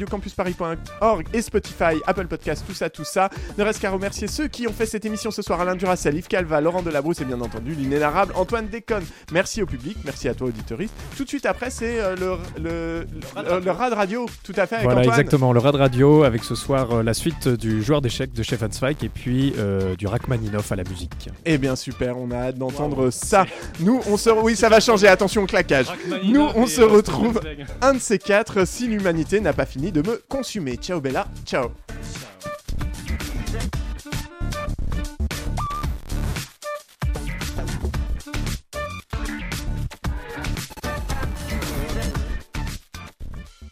radiocampusparis.org et Spotify, Apple Podcast, tout ça, tout ça. Ne reste qu'à remercier ceux qui ont fait cette émission ce soir Alain Duras, Salif Calva, Laurent Delabrousse et bien entendu l'inénarrable Antoine Déconne. Merci au public, merci à toi, auditoriste. Tout de suite après, c'est euh, le, le, le, le Rad Radio, tout à fait, avec Voilà, Antoine. exactement. Le Rad Radio avec ce soir euh, la suite du joueur d'échecs de Stefan Zweig et puis euh, du Rachmaninoff à la musique. Eh bien super, on a hâte d'entendre ça. Nous, on se... Oui, ça va changer, attention au claquage. Nous, on se retrouve un de ces quatre si l'humanité n'a pas fini de me consumer. Ciao Bella, ciao.